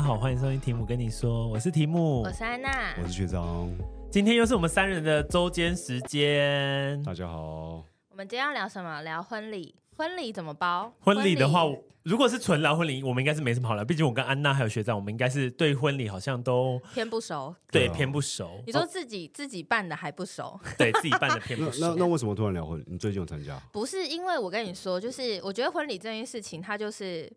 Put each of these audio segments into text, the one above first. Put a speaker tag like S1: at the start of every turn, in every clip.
S1: 好，欢迎收听提姆跟你说，我是提姆
S2: 我。是安娜，
S3: 我是学长，
S1: 今天又是我们三人的周间时间。
S3: 大家好。
S2: 我们今天要聊什么？聊婚礼，婚礼怎么包？
S1: 婚礼的话，我如果是纯聊婚礼，我们应该是没什么好聊，毕竟我跟安娜还有学长，我们应该是对婚礼好像都
S2: 偏不熟。
S1: 对
S3: 对啊
S1: 偏不熟
S2: 你，说自己、自己办的还不熟，
S1: 对自己办的偏
S3: 那
S1: 不
S3: 那那
S1: 熟。
S3: 为什么突然聊婚？你最近有参加？
S2: 不是因为我跟你说，就是我觉得婚礼这件事情，它就是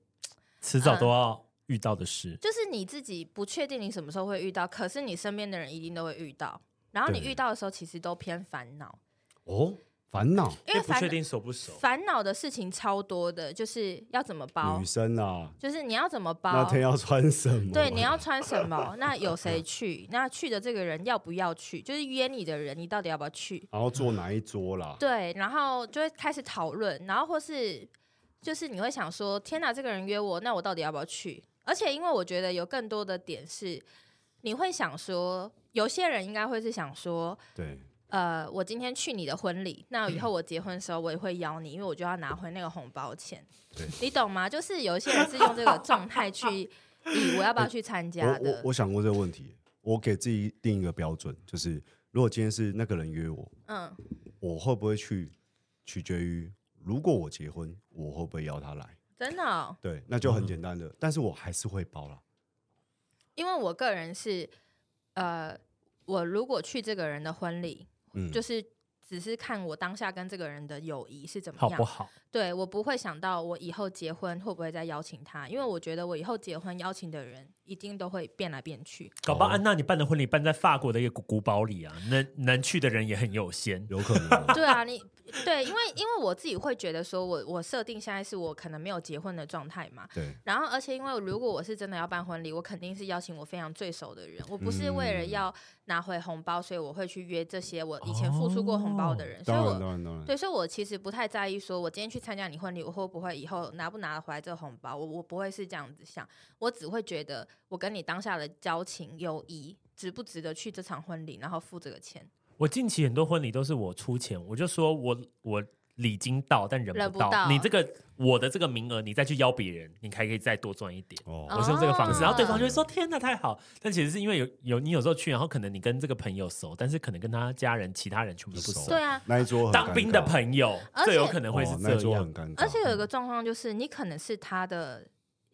S1: 迟早都要遇到的事。
S2: 就是你自己不确定你什么时候会遇到，可是你身边的人一定都会遇到。然后你
S3: 对
S2: 遇到的时候，其实都偏烦恼，
S3: 哦，烦恼，
S1: 因
S2: 因为
S1: 为不
S2: 烦
S1: 确定熟不熟，
S2: 烦恼的事情超多的，就是要怎么包
S3: 女，生啊，
S2: 就是你要怎么包
S3: 那，天要穿什么？
S2: 对，你要穿什么？那有谁去？那去的这个人要不要去？就是约你的人，你到底要不要去？
S3: 然后坐哪一桌啦？
S2: 对，然后就会开始讨论，然后或是就是你会想说，天哪，这个人约我，那我到底要不要去？而且因为我觉得有更多的点是，你会想说，有些人应该会是想说，
S3: 对
S2: 呃，我今天去你的婚礼，那以后我结婚的时候我也会邀你，因为我就要拿回那个红包钱
S3: 对，
S2: 你懂吗？就是有一些人是用这个状态 去以我要不要去参加
S3: 我
S2: 的
S3: 我，我想过这个问题，我给自己定一个标准，就是如果今天是那个人约我，
S2: 嗯。
S3: 我会不会去，取决于如果我结婚，我会不会邀他来？
S2: 真的哦、
S3: 对，那就很简单的，但是我还是会包啦。
S2: 因为我个人是，呃，我如果去这个人的婚礼，
S3: 嗯，
S2: 就是只是看我当下跟这个人的友谊是怎么
S1: 好
S2: 样，
S1: 不好？
S2: 对我不会想到我以后结婚会不会再邀请他，因为我觉得我以后结婚邀请的人一定都会变来变去。
S1: 搞不好安娜你办的婚礼办在法国的一个古古堡里啊，能能去的人也很有限。
S3: 有可能啊。
S2: 对啊，你对，因为因为我自己会觉得说我我设定现在是我可能没有结婚的状态嘛，
S3: 对，
S2: 然后，而且因为如果我是真的要办婚礼，我肯定是邀请我非常最熟的人，我不是为
S1: 嗯
S2: 了要拿回红包，所以我会去约这些我以前付出过红包的
S1: 哦
S2: 人，所以
S3: 当然
S2: 我。
S3: 当然当然。
S2: 对，所以我其实不太在意，说我今天去参加你婚礼，我会不会以后拿不拿得回来这个红包？我我不会是这样子想，我只会觉得我跟你当下的交情友谊值不值得去这场婚礼，然后付这个钱，
S1: 我近期很多婚礼都是我出钱，我就说我我礼金到，但人
S2: 人
S1: 不
S2: 不
S1: 到。
S2: 到
S1: 你这个我的这个名额，你再去邀别人，你还可以再多赚一点。
S3: 哦
S1: 我是用这个方式，
S2: 哦
S1: 然后对方就会说：“天哪，太好！”但其实是因为有有你有时候去，然后可能你跟这个朋友熟，但是可能跟他家人、其他人全部都不
S3: 不
S1: 熟
S3: 熟。
S2: 对啊。
S3: 那一桌很
S1: 当兵的
S3: 尴尬
S1: 朋友
S2: 而且
S1: 最有可能会是
S3: 哦那一
S1: 这
S3: 桌
S1: 样。
S3: 很尴尬，
S2: 而且有一个状况就是，你可能是他的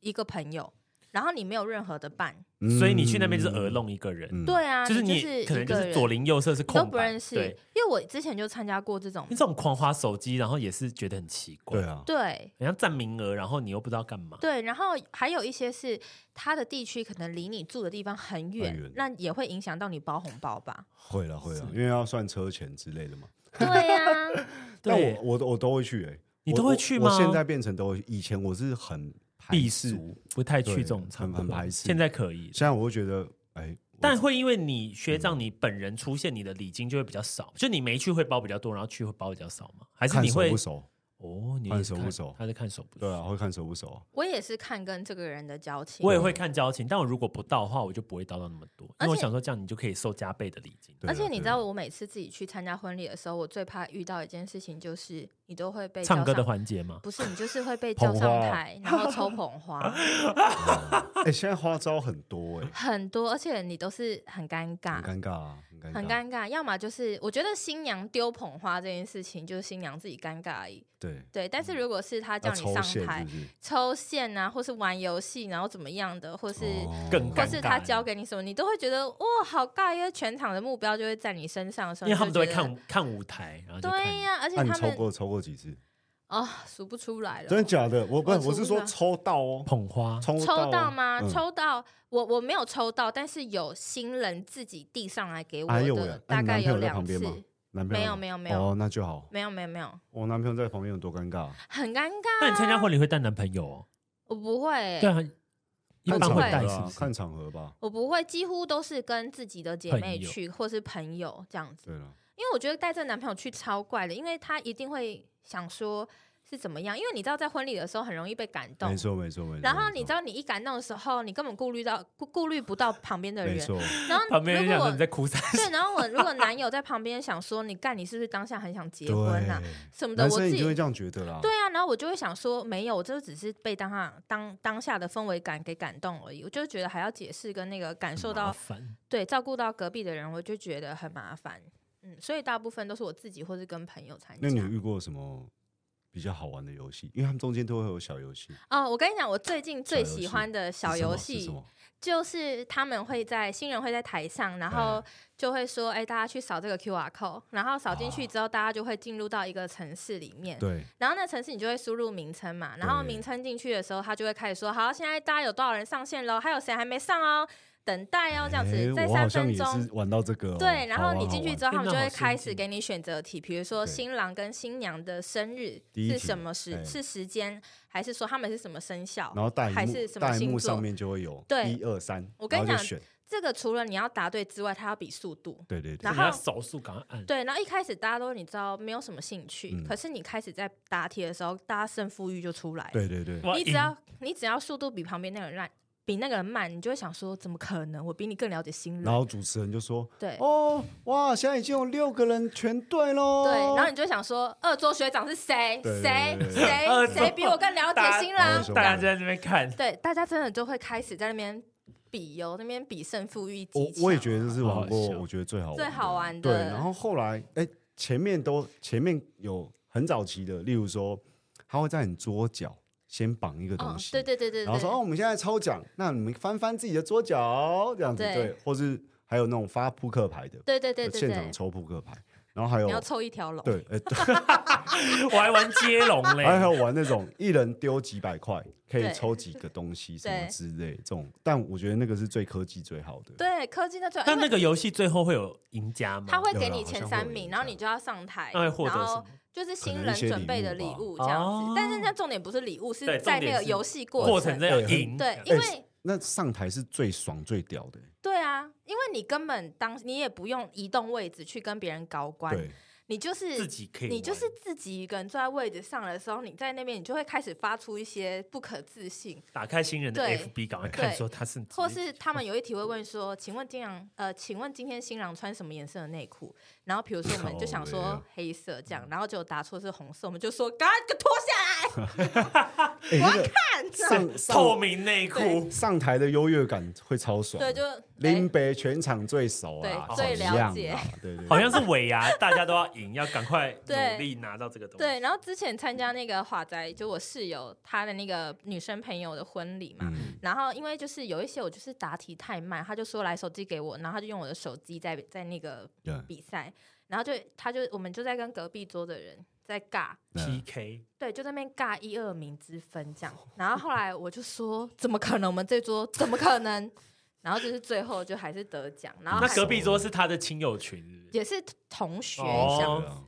S2: 一个朋友，然后你没有任何的伴，
S3: 嗯
S1: 所以你去那边就是耳弄一个人，
S3: 嗯
S2: 对啊，
S1: 就是
S2: 你
S1: 你
S2: 是
S1: 可能
S2: 一
S1: 就
S2: 个
S1: 是
S2: 人
S1: 左邻右舍是空
S2: 都
S1: 白
S2: 不认识，
S1: 对，
S2: 因为我之前就参加过这种
S1: 你，这种狂花手机，然后也是觉得很奇怪，
S3: 对，啊，
S2: 对
S1: 好像占名额，然后你又不知道干嘛。
S2: 对，然后还有一些是他的地区可能离你住的地方很
S3: 很
S2: 远
S3: 远，
S2: 那也会影响到你包红包吧？
S3: 会了会了，因为要算车钱之类的嘛。
S2: 对呀、
S3: 但
S1: 对
S3: 我我都我都会去哎，
S1: 你
S3: 我
S1: 都会
S3: 我
S1: 去
S3: 我
S1: 吗
S3: 现在变成都会，以前我是很排
S1: 避
S3: 斥，
S1: 俗，不太去
S3: 对
S1: 这种场合，
S3: 很很排斥
S1: 现在可以，
S3: 现在我会觉得哎，我
S1: 但会因为你学长你本人出现，你的礼金就会比较少，就你没去会包比较多，然后去会包比较少吗？还是
S3: 看
S1: 你
S3: 熟
S1: 会
S3: 不熟？
S1: 哦，你
S3: 看
S1: 也是
S3: 熟不熟
S1: 他是看手不熟。
S3: 对啊，会看熟不熟啊。
S2: 我也是看跟这个人的交情
S1: 我。
S3: 啊
S1: 也会看交情，但我如果不到的话，我就不会到到那么多，因
S2: 而
S1: 为我
S2: 且
S1: 想说这样你就可以收加倍的礼金。
S3: 对啊
S2: 而且你知
S3: 对啊
S2: 道，我每次自己去参加婚礼的时候，我最怕遇到一件事情，就是你都会被
S1: 唱
S2: 叫
S1: 歌的
S2: 上
S1: 环节吗？
S2: 不是你就是会被
S3: 捧
S2: 叫上
S3: 花
S2: 台，然后抽捧花，
S3: 哎，现在花招很多哎，
S2: 很多，而且你都是很尴尬，
S3: 很尴尬啊，很尴
S2: 很
S3: 尬。
S2: 尴尬。要么就是我觉得新娘丢捧花这件事情，就是新娘自己尴尬而已。
S3: 对，
S2: 对，但是如果是他叫
S3: 嗯要
S2: 你
S3: 抽
S2: 上
S3: 线是
S2: 台
S3: 不是？
S2: 抽线啊，或是玩游戏，然后怎么样的，或是、
S3: 哦
S1: 更
S2: 或
S1: 尴
S2: 是
S1: 尬
S2: 他
S1: 了
S2: 教给你什么，你都会觉得哇、好尬，因为全场的目标就会在你身上的时候，
S1: 因为他们
S2: 你
S1: 都
S2: 就
S1: 会
S2: 觉得。
S1: 看看舞台，然后就看
S2: 对
S1: 你。
S2: 呀、而且
S3: 那啊你
S2: 他
S3: 抽
S2: 们
S3: 过抽过几次？
S2: 哦数不出来了，
S3: 真的假的？我不是
S2: 我抽
S3: 我是说
S2: 不出
S3: 抽到哦，
S1: 捧花，
S3: 抽
S2: 抽到
S3: 到
S2: 吗？
S3: 嗯
S2: 抽到我我没有抽到，但是有新人自己递上来给我
S3: 哎呦
S2: 的，
S3: 喂那
S2: 大
S3: 你
S2: 概
S3: 男朋
S2: 有
S3: 友在
S2: 两
S3: 旁
S2: 次
S3: 边，吗男朋
S2: 没有
S3: 友
S2: 没有没有
S3: 哦，那就好。
S2: 没有没有没有，
S3: 我男朋友在旁边有多尴尬？
S2: 很尴尬。
S1: 那你参加婚礼会带男朋友哦？
S2: 我不会、
S1: 对啊，一
S3: 看
S1: 般
S3: 场
S1: 会
S3: 合
S1: 带是
S3: 啊
S1: 不是？
S3: 看场合吧。
S2: 我不会，几乎都是跟自己的姐妹
S1: 朋友
S2: 去，或是朋友这样子。
S3: 对了，
S2: 因为我觉得带这个男朋友去超怪的，因为他一定会想说，是怎么样，因为你知道在婚礼的时候很容易被感动
S3: 没，错没错没错。
S2: 然后
S3: 没
S2: 你知
S3: 错
S2: 道你一感动的时候，你根本顾虑到顾顾虑不到旁边的
S3: 没
S2: 人，
S3: 错，
S2: 然后
S1: 旁边人
S2: 如
S1: 想
S2: 果
S1: 说
S2: 我
S1: 你在哭啥？
S2: 对，然后我如果男友在旁边想说你干，你是不是当下很想结婚啊
S3: 对
S2: 什么的，
S3: 男
S2: 我
S3: 生
S2: 自
S3: 你
S2: 己
S3: 就会这样觉得啦。
S2: 对啊，然后我就会想说没有，我就只是被当下当当下的氛围感给感动而已，我就觉得还要解释跟那个感受
S1: 麻
S2: 到
S1: 烦，
S2: 对照顾到隔壁的人，我就觉得很麻烦。嗯，所以大部分都是我自己或是跟朋友参加
S3: 那。你有遇过什么比较好玩的游戏？因为他们中间都会有小游戏，
S2: 哦，我跟你讲，我最近最
S3: 小游
S2: 喜
S3: 戏
S2: 欢的小
S3: 是什么
S2: 游
S3: 是什
S2: 戏
S3: 么？
S2: 就是他们会在新人会在台上，然后就会说：“哎、大家去扫这个 QR code。”然后扫进去之后，大家就会进入到一个城市里面。
S3: 哦对，
S2: 然后那城市你就会输入名称嘛，然后
S3: 对
S2: 名称进去的时候，他就会开始说：“好，现在大家有多少人上线喽？还有谁还没上哦？等待哦，这样子，
S3: 哎
S2: 在
S3: 我
S2: 三
S3: 好像
S2: 分
S3: 也
S2: 钟。”
S3: 是玩到这个哦。
S2: 对，然
S3: 好
S2: 后
S3: 玩
S2: 你
S3: 好
S2: 进去
S3: 玩
S2: 之后，他
S1: 天
S2: 们就
S1: 哪
S2: 会
S1: 好先
S2: 开始
S1: 进
S2: 给你选择题，比如说
S3: 对
S2: 新郎跟新娘的生日
S3: 第一
S2: 是
S3: 题
S2: 什么时，
S3: 哎
S2: 是时间，还是说他们是什么生肖
S3: 然后大，
S2: 还
S3: 荧幕
S2: 是什么
S3: 大荧
S2: 星
S3: 幕上
S2: 座？
S3: 面就会有
S2: 对
S3: 一二三，
S2: 我跟你
S3: 然后就
S2: 讲
S3: 选
S2: 这个除了你要答对之外，它要比速度。
S3: 对对对
S2: 然
S1: 你要
S2: 后
S1: 手速赶快按，
S2: 对，然后一开始大家都你知道没有什么兴趣，
S3: 嗯
S2: 可是你开始在答题的时候，大家胜负欲就出来了。
S3: 对对对，
S1: 我
S2: 你只
S1: 赢
S2: 要你只要速度比旁边那个人慢，比那个人慢，你就会想说，怎么可能？我比你更了解新
S3: 然
S2: 人。
S3: 后主持人就说
S2: 对。
S3: 哦，哇，现在已经有六个人全对喽。
S2: 对，然后你就会想说，二桌学长是谁？
S3: 对
S2: 谁
S3: 对对对
S2: 谁
S1: 二桌
S2: 谁比我更了解新
S3: 大
S2: 郎
S3: 二？桌
S1: 大家就在那边看，
S2: 对，大家真的就会开始在那边比哦，那边比胜负欲极
S3: 我
S2: 强。
S3: 我也觉得这是
S1: 好
S3: 玩
S1: 好
S3: 过，
S1: 笑
S3: 我觉得最好玩
S2: 最好玩
S3: 对，
S2: 的。
S3: 然后后来哎，前面都前面有很早期的，例如说他会在你桌角先绑一个
S2: 嗯
S3: 东西，
S2: 对对对对对，
S3: 然后说哦，我们现在抽奖，那你们翻翻自己的桌角，这样子
S2: 对
S3: 对，或是还有那种发扑克牌的，
S2: 对对对对
S3: 现场
S2: 对，
S3: 抽扑克牌，然后还有
S2: 你要抽一条龙。
S3: 对， 哎，对
S1: 我还玩接龙嘞，
S3: 还有玩那种一人丢几百块，可以
S2: 对
S3: 抽几个东西什么
S2: 对
S3: 之类这种，但我觉得那个是最科技最好的，
S2: 对，科技在最，
S1: 但
S2: 因
S1: 那
S2: 为
S1: 个游戏最后会有赢家吗？
S2: 他会
S3: 有
S2: 给
S3: 啦
S2: 你
S3: 好
S2: 前
S3: 像
S2: 三
S3: 会有
S2: 名，
S3: 这
S2: 然后
S3: 样
S2: 你就要上台，
S1: 那会获得
S2: 然
S1: 什
S2: 后
S1: 么？
S2: 就是新
S3: 能一
S2: 人
S3: 些
S2: 准
S3: 礼
S2: 备的
S3: 物
S2: 礼
S3: 吧
S2: 物这样
S1: 哦
S2: 子，但是那重点不是礼物，是
S1: 对重
S2: 在那
S1: 点
S2: 个
S1: 是
S2: 游戏
S1: 过
S2: 过
S1: 程
S2: 程。
S1: 在要
S3: 对
S1: 赢，
S2: 对，
S3: 哎
S2: 因为
S3: 那上台是最爽最屌的、
S2: 对啊，因为你根本当你也不用移动位置去跟别人搞关，
S3: 对，
S2: 你就是
S1: 自己可以玩，
S2: 你就是自己一个人坐在位置上的时候，你在那边你就会开始发出一些不可置信，
S1: 打开新人的
S2: 对
S1: FB，赶快看说他是，
S2: 或是他们有一题会问说：“请问今阳，呃，请问今天新郎穿什么颜色的内裤？”然后比如说我们就想
S3: 靠
S2: 说
S3: 呀
S2: 黑色这样，然后就答错是红色，我们就说赶快给我脱下来
S3: 哎、那个
S2: 看这样，
S3: 上
S1: 透
S3: 上
S1: 明内裤
S2: 对，
S3: 上台的优越感会超爽，啊
S2: 对，就
S3: 林
S2: 哎
S3: 北全场最熟啊啦，
S2: 对
S3: 好
S2: 最了
S3: 像
S2: 解
S3: 啦，啊对对
S1: 好像是尾牙，大家都要赢，要赶快
S2: 对
S1: 努力拿到这个东西。
S2: 对。然后之前参加那个华仔，就我室友她的那个女生朋友的婚礼嘛，
S3: 嗯，
S2: 然后因为就是有一些我就是答题太慢，他就说来手机给我，然后他就用我的手机在在那个
S3: 对，
S2: 比赛，然后就他就我们就在跟隔壁桌的人在尬，
S1: PK
S2: 对，就在那边尬一二名之分这样。然后后来我就说，怎么可能？我们这桌怎么可能？然后就是最后就还是得奖，然后
S1: 那
S2: 还
S1: 隔壁桌是他的亲友群，是不是
S2: 也是同学
S1: 哦
S2: 这样、
S3: 对啊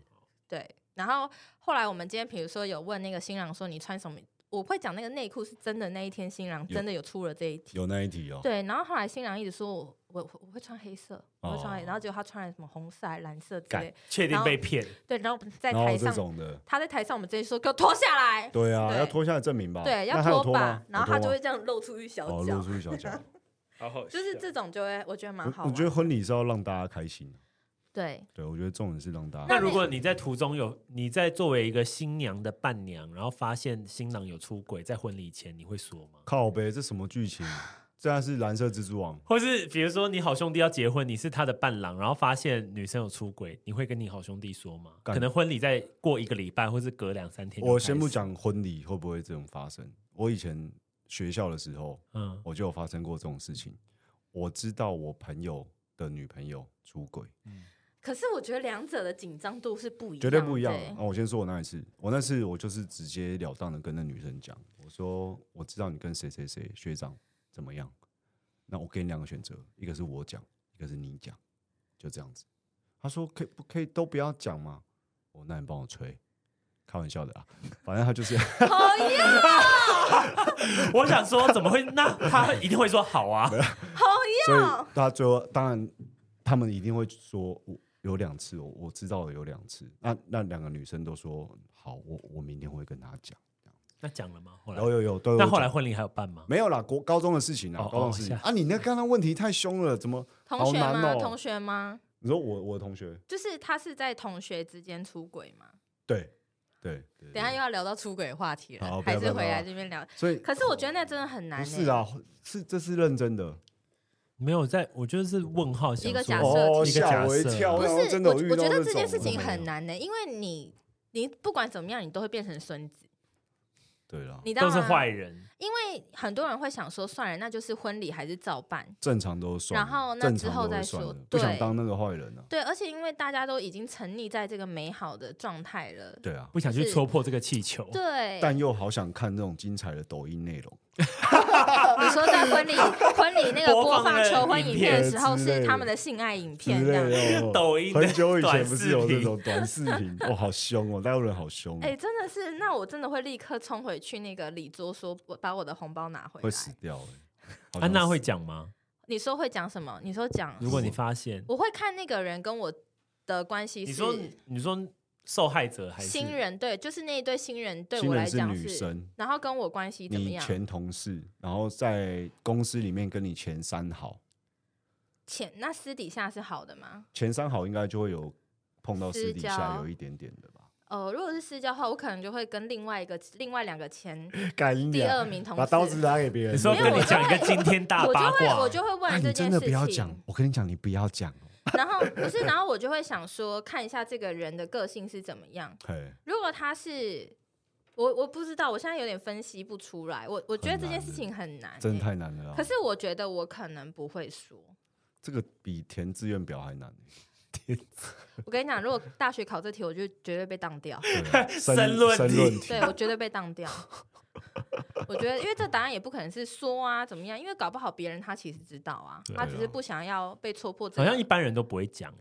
S2: 对。然后后来我们今天比如说有问那个新郎说你穿什么，我会讲那个内裤是真的那一天新郎
S3: 有
S2: 真的有出了这一题。
S3: 有那一题哦，
S2: 对，然后后来新郎一直说我我我会穿黑色，我会穿黑，
S3: 哦
S2: 然后结果他穿了什么红色、还是蓝色之
S3: 干
S2: 类。
S1: 确定被骗，
S2: 对，然后在
S3: 然后
S2: 台
S3: 这
S2: 上，
S3: 种的，
S2: 他在台上我们直接说给我脱下来，
S3: 对啊，
S2: 对
S3: 要脱下来证明吧，
S2: 对，
S3: 那
S2: 要
S3: 他有
S2: 脱
S3: 吗
S2: 吧，？然后他
S3: 有
S2: 就
S3: 脱吗啊
S2: 会这样露出一小
S3: 哦，
S2: 角
S3: 露，出一小 脚，
S1: 好好
S2: 就是这种就会我觉得蛮好
S3: 我
S2: 玩。
S3: 我觉得婚礼是要让大家开心的，
S2: 对，
S3: 对我觉得重点是让大家
S1: 那
S2: 那
S1: 如果你在途中有你在作为一个新娘的伴娘，然后发现新郎有出轨，在婚礼前你会说吗？
S3: 靠呗，这什么剧 情？这样是蓝色蜘蛛网，
S1: 或是比如说你好兄弟要结婚，你是他的伴郎，然后发现女生有出轨，你会跟你好兄弟说吗？
S3: 干
S1: 可能婚礼再过一个礼拜，或是隔两三天。
S3: 我先不，讲婚礼会不会这种发生，我以前学校的时候，
S1: 嗯，
S3: 我就有发生过这种事情。我知道我朋友的女朋友出轨，
S2: 可是我觉得两者的紧张度是不一样，
S3: 绝对不一样
S2: 的
S3: 啊。那、我先说我那一次，我那次我就是直截了当的跟那女生讲，我说我知道你跟谁谁谁学长怎么样，那我给你两个选择，一个是我讲，一个是你讲，就这样子。他说可以不可以都不要讲吗？我那你帮我吹，开玩笑的啊，反正他就是
S2: 讨厌，
S1: 我想说怎么会？那他一定会 说好啊，
S2: 讨厌。
S3: 所以他最后当然他们一定会说我。有两次，我我知道的有两次，那那两个女生都说好，我我明天会跟她讲。
S1: 那讲了吗？后来
S3: 有有有，都有
S1: 那后来
S3: 讲
S1: 婚礼还有办吗？
S3: 没有啦，国高中的事情啊
S1: 哦，
S3: 高中的事情
S1: 哦
S3: 啊，你那刚刚问题太凶了，怎么？
S2: 同学
S3: 好
S2: 吗？
S3: 难哦
S2: 同学吗？
S3: 你说我我的同学，
S2: 就是他是在同学之间出轨吗？
S3: 对对对，
S2: 等一下又要聊到出轨话题了，
S3: 好不
S2: 还
S3: 要
S2: 是
S3: 不要
S2: 回来
S3: 不
S2: 这边聊。
S3: 所以
S2: 可是我觉得那真的很难、
S3: 不
S2: 欸。
S3: 是啊，是这是认真的。
S1: 没有在，我觉得是问号想说。
S2: 一个假设
S3: 哦，
S1: 一个假
S3: 吓我一
S1: 设
S3: 跳，
S1: 不
S2: 不
S3: 然后
S2: 是
S3: 真的
S2: 我
S3: 有遇
S2: 我
S3: 到
S2: 觉得
S3: 这
S2: 这件
S3: 种
S2: 事情
S1: 我没
S2: 很
S1: 有
S2: 难呢、因为你你不管怎么样，你都会变成孙子，
S3: 对啦，
S2: 你知道
S1: 都
S2: 吗？
S1: 是坏人，
S2: 因为很多人会想说，算了，那就是婚礼还是照办。
S3: 正常都算了，
S2: 然后那
S3: 正常
S2: 之后
S3: 都会
S2: 再
S3: 算
S2: 说
S3: 了不想
S2: 对
S3: 当那个坏人啊。
S2: 对，而且因为大家都已经沉溺在这个美好的状态了，
S3: 对啊，
S1: 不想去
S2: 是
S1: 戳破这个气球。
S2: 对。
S3: 但又好想看那种精彩的抖音内容，
S2: 你说在 婚礼婚礼那个
S1: 播
S2: 播
S1: 放
S2: 放
S1: 那个
S2: 求婚
S1: 影
S2: 影片的
S3: 片
S2: 时候，
S3: 之
S2: 是
S3: 类
S2: 他
S3: 的
S2: 们的性爱影
S3: 之
S2: 片这样。
S3: 类 的哦。
S1: 抖音的
S3: 很久以前
S1: 短
S3: 不是
S1: 视
S3: 有那
S1: 频
S3: 种短视频，哦，好凶哦，大陆人好凶哦，
S2: 哎、真的是，那我真的会立刻冲回去那个李桌说，我把我的红包拿回
S3: 会死
S2: 来。
S3: 掉哎。好像
S1: 安娜
S3: 死
S1: 啊会讲吗？
S2: 你说会讲什么？你说讲，
S1: 如果你发现，
S2: 我会看那个人跟我的关系
S1: 你
S2: 是
S1: 说你说受害者还是
S2: 新？人，对，就是那一对新人对
S3: 新
S2: 我
S3: 人
S2: 来
S3: 是
S2: 讲
S3: 女生
S2: 然后跟我关系怎么
S3: 你
S2: 样？
S3: 前同事，然后在公司里面跟你前三好，
S2: 前那私底下是好的吗？
S3: 前三好应该就会有碰到私
S2: 私
S3: 底
S2: 交
S3: 下有一点点的吧。
S2: 呃，如果是私交的话，我可能就会跟另外一个另外两个前
S3: 干
S2: 第二名同事，
S3: 拿给别人
S1: 你说
S2: 没有
S1: 跟你
S2: 我
S1: 讲一个惊天大
S2: 我就
S1: 八
S2: 会
S1: 卦，
S2: 我就会
S3: 那
S2: 问这
S3: 哎你真
S2: 件
S3: 的
S2: 事
S3: 不要
S2: 情。
S3: 讲，我跟你讲，你不要讲哦。
S2: 然后不是，然后我就会想说，看一下这个人的个性是怎么样。
S3: 嘿，
S2: 如果他是我，我不知道，我现在有点分析不出来。我我觉得
S3: 很
S2: 这件
S3: 难
S2: 事情很难、
S3: 真
S2: 欸
S3: 的太难了啊。
S2: 可是我觉得我可能不会说。
S3: 这个比填志愿表还难
S2: 我跟你讲，如果大学考这题，我就绝对被 当掉。
S3: 欸。对啊
S1: 申论
S3: 申论题
S2: 对，我绝对被当掉。我觉得，因为这答案也不可能是说啊怎么样，因为搞不好别人他其实知道啊，
S1: 对
S2: 他只是不想要被戳破这
S1: 好
S2: 个。
S1: 像一般人都不会讲，欸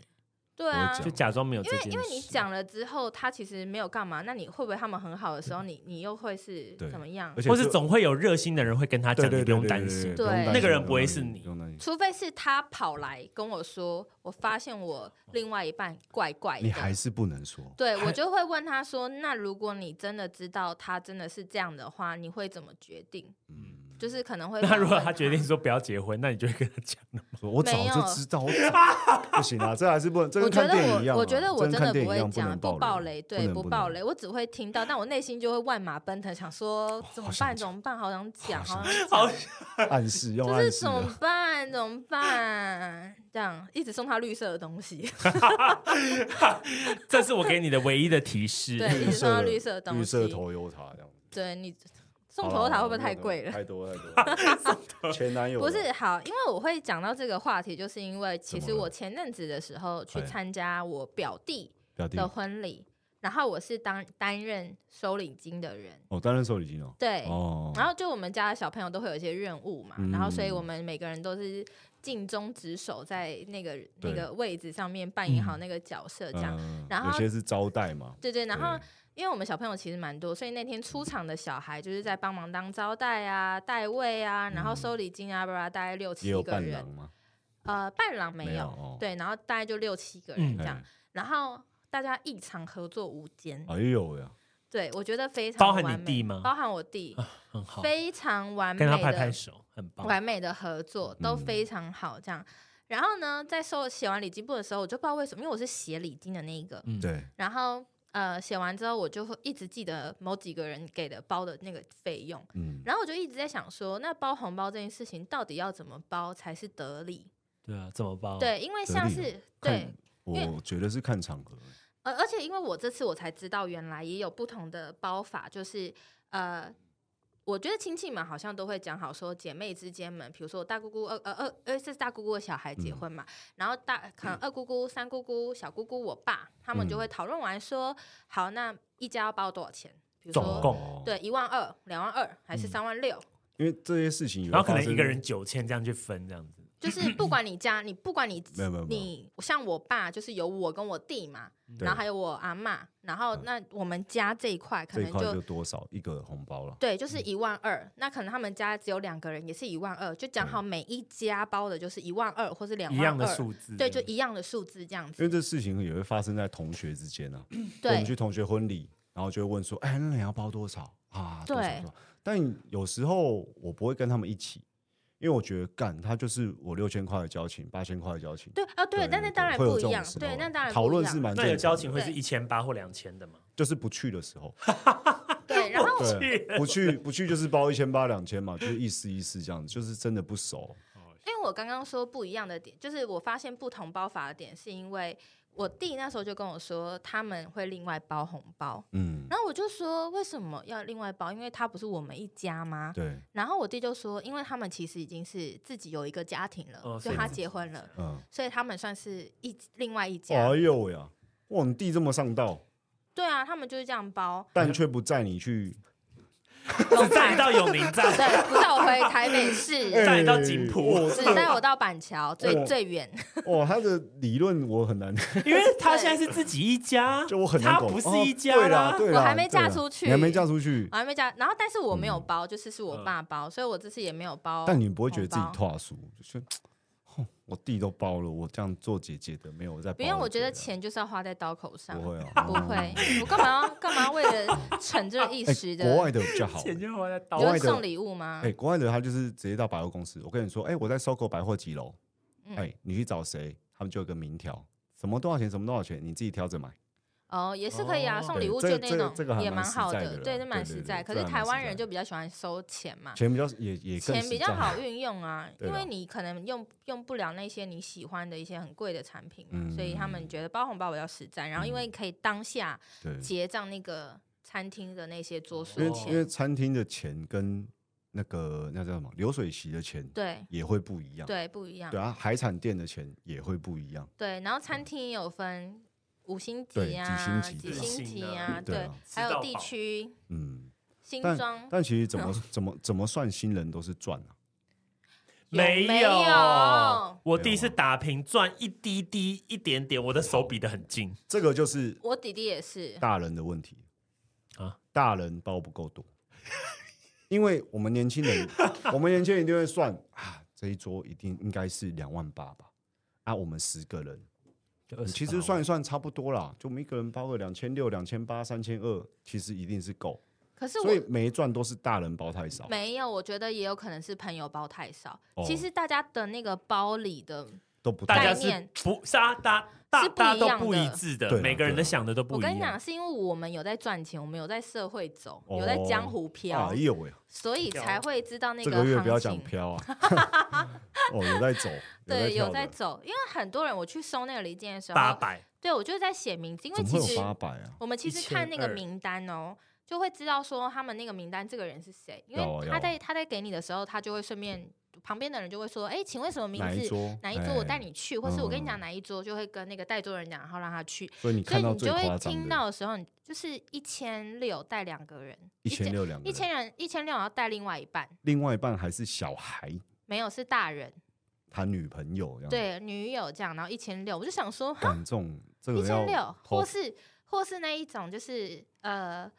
S2: 对啊
S3: 不
S1: 就
S3: 会，
S1: 假装没有这
S2: 因为
S1: 件事。
S2: 因为你讲了之后，他其实没有干嘛，那你会不会他们很好的时候，你你又会是
S3: 对
S2: 怎么样
S3: 而？且
S1: 或是
S3: 就
S1: 总会有热心的人会跟他
S3: 对
S1: 讲，
S3: 对
S1: 你
S3: 对，
S1: 不用担心。
S2: 对
S3: 用担心
S1: 那个人不会
S3: 用担
S1: 是
S3: 心
S1: 你
S3: 用担心
S2: 除非是他跑来跟我说，我发现我另外一半怪怪的，
S3: 你还是不能说。
S2: 对 我就会问他说：“那如果你真的知道他真的是这样的话，你会怎么决定？”
S3: 嗯，
S2: 就是可能会
S1: 那如果
S2: 反问
S1: 他决定说不要结婚，那你就会跟他讲了。
S3: 说我
S2: 没
S3: 早
S2: 有
S3: 就 知道，我早不行啊，这还是不能。这
S2: 我
S3: 跟
S2: 觉
S3: 看
S2: 得
S3: 电影一样啊
S2: 我，我觉得我真
S3: 这跟
S2: 的
S3: 看电影一
S2: 会
S3: 样，
S2: 讲，
S3: 能
S2: 不
S3: 爆
S2: 爆雷，对，
S3: 能
S2: 不
S3: 能
S2: 爆雷，我只会听到，但我内心就会万马奔腾，想说怎么
S3: 好想
S2: 办？怎么办？好想讲，好
S3: 好
S2: 想讲，
S1: 好，
S3: 暗示用
S2: 就
S3: 暗
S2: 是
S3: 示
S2: 怎
S3: 的。
S2: 么办？怎么办？这样一直送他绿色的东西，
S1: 这是我给你的唯一的提示。
S2: 对一直送到绿色的东西
S3: 啊绿色头油塔这样子。
S2: 对你送
S3: 好
S2: 头
S3: 啦
S2: 塔
S3: 好
S2: 会不会
S3: 啦
S2: 太
S3: 头
S2: 贵了？
S3: 太多太多。 前男友
S2: 不是好，因为我会讲到这个话题，就是因为其
S3: 怎
S2: 实
S3: 么了
S2: 我前阵子的时候去
S3: 哎
S2: 参加我表弟
S3: 表弟
S2: 的婚礼，然后我是当担任收礼金的人，
S3: 哦，担任手礼金哦。
S2: 对，
S3: 哦，
S2: 然后就我们家的小朋友都会有一些任务嘛，
S3: 嗯
S2: 然后所以我们每个人都是尽忠职守，在那个那
S3: 对
S2: 个位置上面扮演好那个角色，这样。
S3: 嗯
S2: 然后
S3: 有些是招待嘛，
S2: 对对，然后
S3: 对
S2: 因为我们小朋友其实蛮多，所以那天出场的小孩就是在帮忙当招待啊、代位啊，然后收礼金啊，巴拉大概六
S3: 嗯也
S2: 七
S3: 有
S2: 个
S3: 伴
S2: 人
S3: 郎，吗？
S2: 呃，伴郎没
S3: 没有
S2: 有，
S3: 哦
S2: 对，然后大概就六七个
S1: 嗯
S2: 人这样，
S3: 哎
S2: 然后大家异常合作无间，
S3: 哎呦呀，
S2: 对我觉得非常
S1: 哦包含你
S2: 完美
S1: 弟吗
S2: 包含我弟，
S1: 很好，
S2: 非常完美
S1: 跟
S2: 的
S1: 他拍拍手，嗯很棒。
S2: 完美的合作都非常好，这样。然后呢，在收写完礼金簿的时候，我就不知道为什么，因为我是写礼金的那一个，
S1: 嗯
S3: 对，
S2: 然后呃写完之后，我就会一直记得某几个人给的包的那个费用，
S3: 嗯，
S2: 然后我就一直在想说，那包红包这件事情到底要怎么包才是得理？
S1: 对啊，怎么包？，
S2: 对，因为
S3: 得
S2: 像
S3: 力
S1: 哦
S2: 是对
S3: 看，，
S2: 因为
S3: 我觉得是看场合，
S2: 而而且因为我这次我才知道，原来也有不同的包法，就是呃，我觉得亲戚们好像都会讲好说姐妹之间们，比如说我大姑姑二呃二呃这是大姑姑的小孩
S3: 嗯
S2: 结婚嘛，然后大可能二姑姑、三姑姑、小姑姑、我爸他们
S3: 嗯
S2: 就会讨论完说，好，那一家要包多少钱？比如
S1: 总
S2: 说
S1: 共
S3: 哦，
S2: 对一万
S3: 嗯
S2: 二、两万二还是三万六、
S3: 因为这些事情有
S1: 然后可能
S3: 发生
S1: 一个人九千这样去分，这样子。
S2: 就是不管你家，你不管你
S3: 没有没有没有
S2: 你像我爸，就是有我跟我弟嘛，
S3: 对
S2: 然后还有我阿妈，然后
S3: 嗯
S2: 那我们家这一块可
S3: 这一
S2: 能
S3: 块
S2: 就
S3: 就多少一个红包了，
S2: 对，就是一万二，那可能他们家只有两个人，也是一万二，就
S3: 嗯
S2: 讲好每一家包的就是一万二或是两
S1: 一
S2: 万
S1: 样
S2: 二，
S1: 的数字，
S2: 对，就一样的数字这样
S3: 因为
S2: 子，
S3: 这事情也会发生在同学之间啊。我
S2: 对
S3: 们去同学婚礼，然后就会问说：“哎，那你要包多少啊？”多少
S2: 对
S3: 多少？但有时候我不会跟他们一起，因为我觉得干他就是我六千块的交情，八千块的交情。
S2: 对啊，对，但是当然
S3: 会有
S2: 不
S3: 这
S2: 一
S3: 种
S2: 样
S3: 时，候啊
S2: 对，那当然
S3: 讨
S2: 不一
S3: 论
S2: 样
S3: 是蛮
S1: 那有
S3: 正
S1: 交
S3: 常的
S1: 情会是
S2: 对
S1: 一千八或两千的吗？
S3: 就是不去的时候，
S2: 对，然后
S3: 对，不去 不去就是包一千八两千嘛，就是意思意思这样子，就是真的不熟。
S2: 因为我刚刚说不一样的点，就是我发现不同包法的点，是因为我弟那时候就跟我说他们会另外包红包，
S3: 嗯，
S2: 然后我就说为什么要另外包？因为他不是我们一家吗？
S3: 对，
S2: 然后我弟就说，因为他们其实已经是自己有一个家庭了，
S1: 哦
S2: 就他结婚了，
S3: 嗯，
S2: 所以他们算是一另外一家。
S3: 哎呦喂呀，哇，你弟这么上道，，
S2: 对啊，他们就是这样包
S3: 但却不载你去，
S1: 只带你到永宁站，
S2: 对，不带我回台北 市，
S1: 带你到景浦，
S2: 只带我到板桥最
S3: 哦
S2: 最远。
S3: 哇，他的理论我很难，
S1: 因为他现在是自己一家，
S3: 就我很难
S1: 他
S3: 懂。
S1: 不是
S3: 哦
S1: 一家啦
S3: 对啦，，对
S2: 我
S3: 啦，
S2: 还没
S3: 对啦
S2: 嫁出去哦
S3: 你还没嫁出去
S2: 我，还没加，然后但是我没有
S3: 嗯
S2: 包，就是是我
S1: 嗯
S2: 爸包，所以我这次也没有包。
S3: 但你不会觉得自己
S2: 红包
S3: 拓叔，就是哼我弟都包了，我这样做姐姐的没有在包姐
S2: 不
S3: 啊。
S2: 用，我觉得钱就是要花在刀口上，
S3: 不会啊，
S2: 不
S3: 嗯
S2: 会，我干嘛要干嘛为了逞这一
S3: 哎
S2: 时
S3: 国外
S2: 的，
S3: 的比较好。
S1: 钱就花在刀
S3: 国
S2: 就
S3: 外
S2: 是
S3: 的
S2: 送礼物吗
S3: 哎，？国外的他就是直接到百货公司，我跟你说，哎，我在搜狗百货几楼，
S2: 嗯
S3: 哎，你去找谁，他们就有个名条，什么多少钱，什么多少钱，你自己挑着买。
S2: 哦，也是可以啊，
S1: 哦
S2: 送礼
S3: 对
S2: 物就
S3: 这个
S2: 那
S3: 这个
S2: 种
S3: 这个还
S2: 也
S3: 蛮
S2: 蛮
S3: 实
S2: 好
S3: 在
S2: 的
S3: 的，啦
S2: 对，这蛮
S3: 对
S2: 实
S3: 对
S2: 在。
S3: 对
S2: 可
S3: 这
S2: 是
S3: 还
S2: 台
S3: 蛮
S2: 湾
S3: 实
S2: 人
S3: 在
S2: 就比较喜欢收钱嘛，
S3: 钱比较也也更
S2: 钱
S3: 实
S2: 比较
S3: 在
S2: 好运用啊，
S3: 对
S2: 因
S3: 啦
S2: 为你可能用用不了那些你喜欢的一些很贵的产品嘛，
S3: 嗯
S2: 所以他们觉得包红包比较实在，然后因为可以当下
S3: 对，
S2: 结账那个餐厅的那些桌数
S3: 因为
S1: 哦
S3: 因
S2: 钱，
S3: 为餐厅的钱跟那个那叫什么流水席的钱
S2: 对
S3: 也会不一样，
S2: 对不一样
S3: 对。啊，海产店的钱也会不一样，
S2: 对，然后餐厅也有分五星
S3: 对
S2: 级啊、
S3: 几星级
S2: 几
S3: 的
S2: 星
S1: 几
S2: 级
S1: 星
S2: 啊
S1: 啊，
S3: 对
S2: 对
S3: 啊，
S1: 吃
S2: 还有
S1: 到
S2: 地
S1: 饱
S2: 区
S3: 嗯。
S2: 新
S3: 但
S2: 庄
S3: 但其实怎么 怎么怎么算新人都是赚啊，
S2: 有没
S1: 有
S2: 有？
S1: 我弟是打平赚一滴滴一点点，我的手比得很近。
S3: 这个就是
S2: 我弟弟也是，
S3: 大人的问题
S1: 啊
S3: 啊，大人包不够多， 因为我们年轻人， 我们年轻人一定会算啊，这一桌一定应该是两万八吧，啊，我们十个人，
S1: 就28
S3: 嗯其
S2: 哦
S3: 实算一算差不多啦，就我们一个人包个两千六、两千八、三千二，其实一定是够，
S2: 可是我
S3: 所以每一赚都是大人包太少，
S2: 没有，我觉得也有可能是朋友包太少。
S3: 哦
S2: 其实大家的那个包里的，
S3: 都不
S1: 大
S3: 对
S1: 家
S2: 概念
S1: 是不是啊？大大
S2: 是不一
S1: 大
S2: 样的
S1: 家都不一致的
S3: 对，啊
S1: 每个人
S3: 对
S1: 的
S3: 啊
S1: 想的都不
S2: 我
S1: 一
S2: 跟你
S1: 样
S2: 讲，。是因为我们有在赚钱，我们有在社会走，
S3: 哦
S2: 有在江湖飘
S3: 哎，呦喂，
S2: 所以才会知道那
S3: 这
S2: 个
S3: 个月
S2: 行
S3: 不要讲
S2: 情。
S3: 飘啊， 哦，有在走，
S2: 对，
S3: 有
S2: 有
S3: 在
S2: 在
S3: 跳的，
S2: 走，因为很多人我去收那个礼件的时
S1: 八
S2: 候，
S1: 百，
S2: 对我就在写名字，因为
S3: 怎么
S2: 其
S3: 会
S2: 实
S3: 有八百啊？
S2: 我们其实看那个
S1: 1200
S2: 名单哦，就会知道说他们那个名单这个人是谁，因
S3: 要啊
S2: 为
S3: 要
S2: 他
S3: 啊
S2: 在他在给你的时候，他就会顺便旁边的人就会说，哎，请问什么名
S3: 哪一
S2: 字？
S3: 桌？
S2: 哪一桌我带
S3: 你。
S2: 你去，或是我跟你讲
S3: 嗯
S2: 哪一桌，就会跟那个带桌人讲，然后让他去，
S3: 哎所以你
S2: 所以
S3: 看到
S2: 你
S3: 最
S2: 就
S3: 夸
S2: 会
S3: 张
S2: 听
S3: 的，
S2: 到的时候，你就是一千六带两个人，
S3: 一千六两个
S2: 一
S3: 人，
S2: 千人一千六要带另外一半，
S3: 另外一半还是小孩，
S2: 没有是大人，
S3: 他女朋友这样。，
S2: 对女友这样，然后一千六，我就想说，哈，
S3: 干这种这
S2: 一
S3: 个
S2: 千六
S3: 要，
S2: 或
S3: 投
S2: 是或是那一种就是呃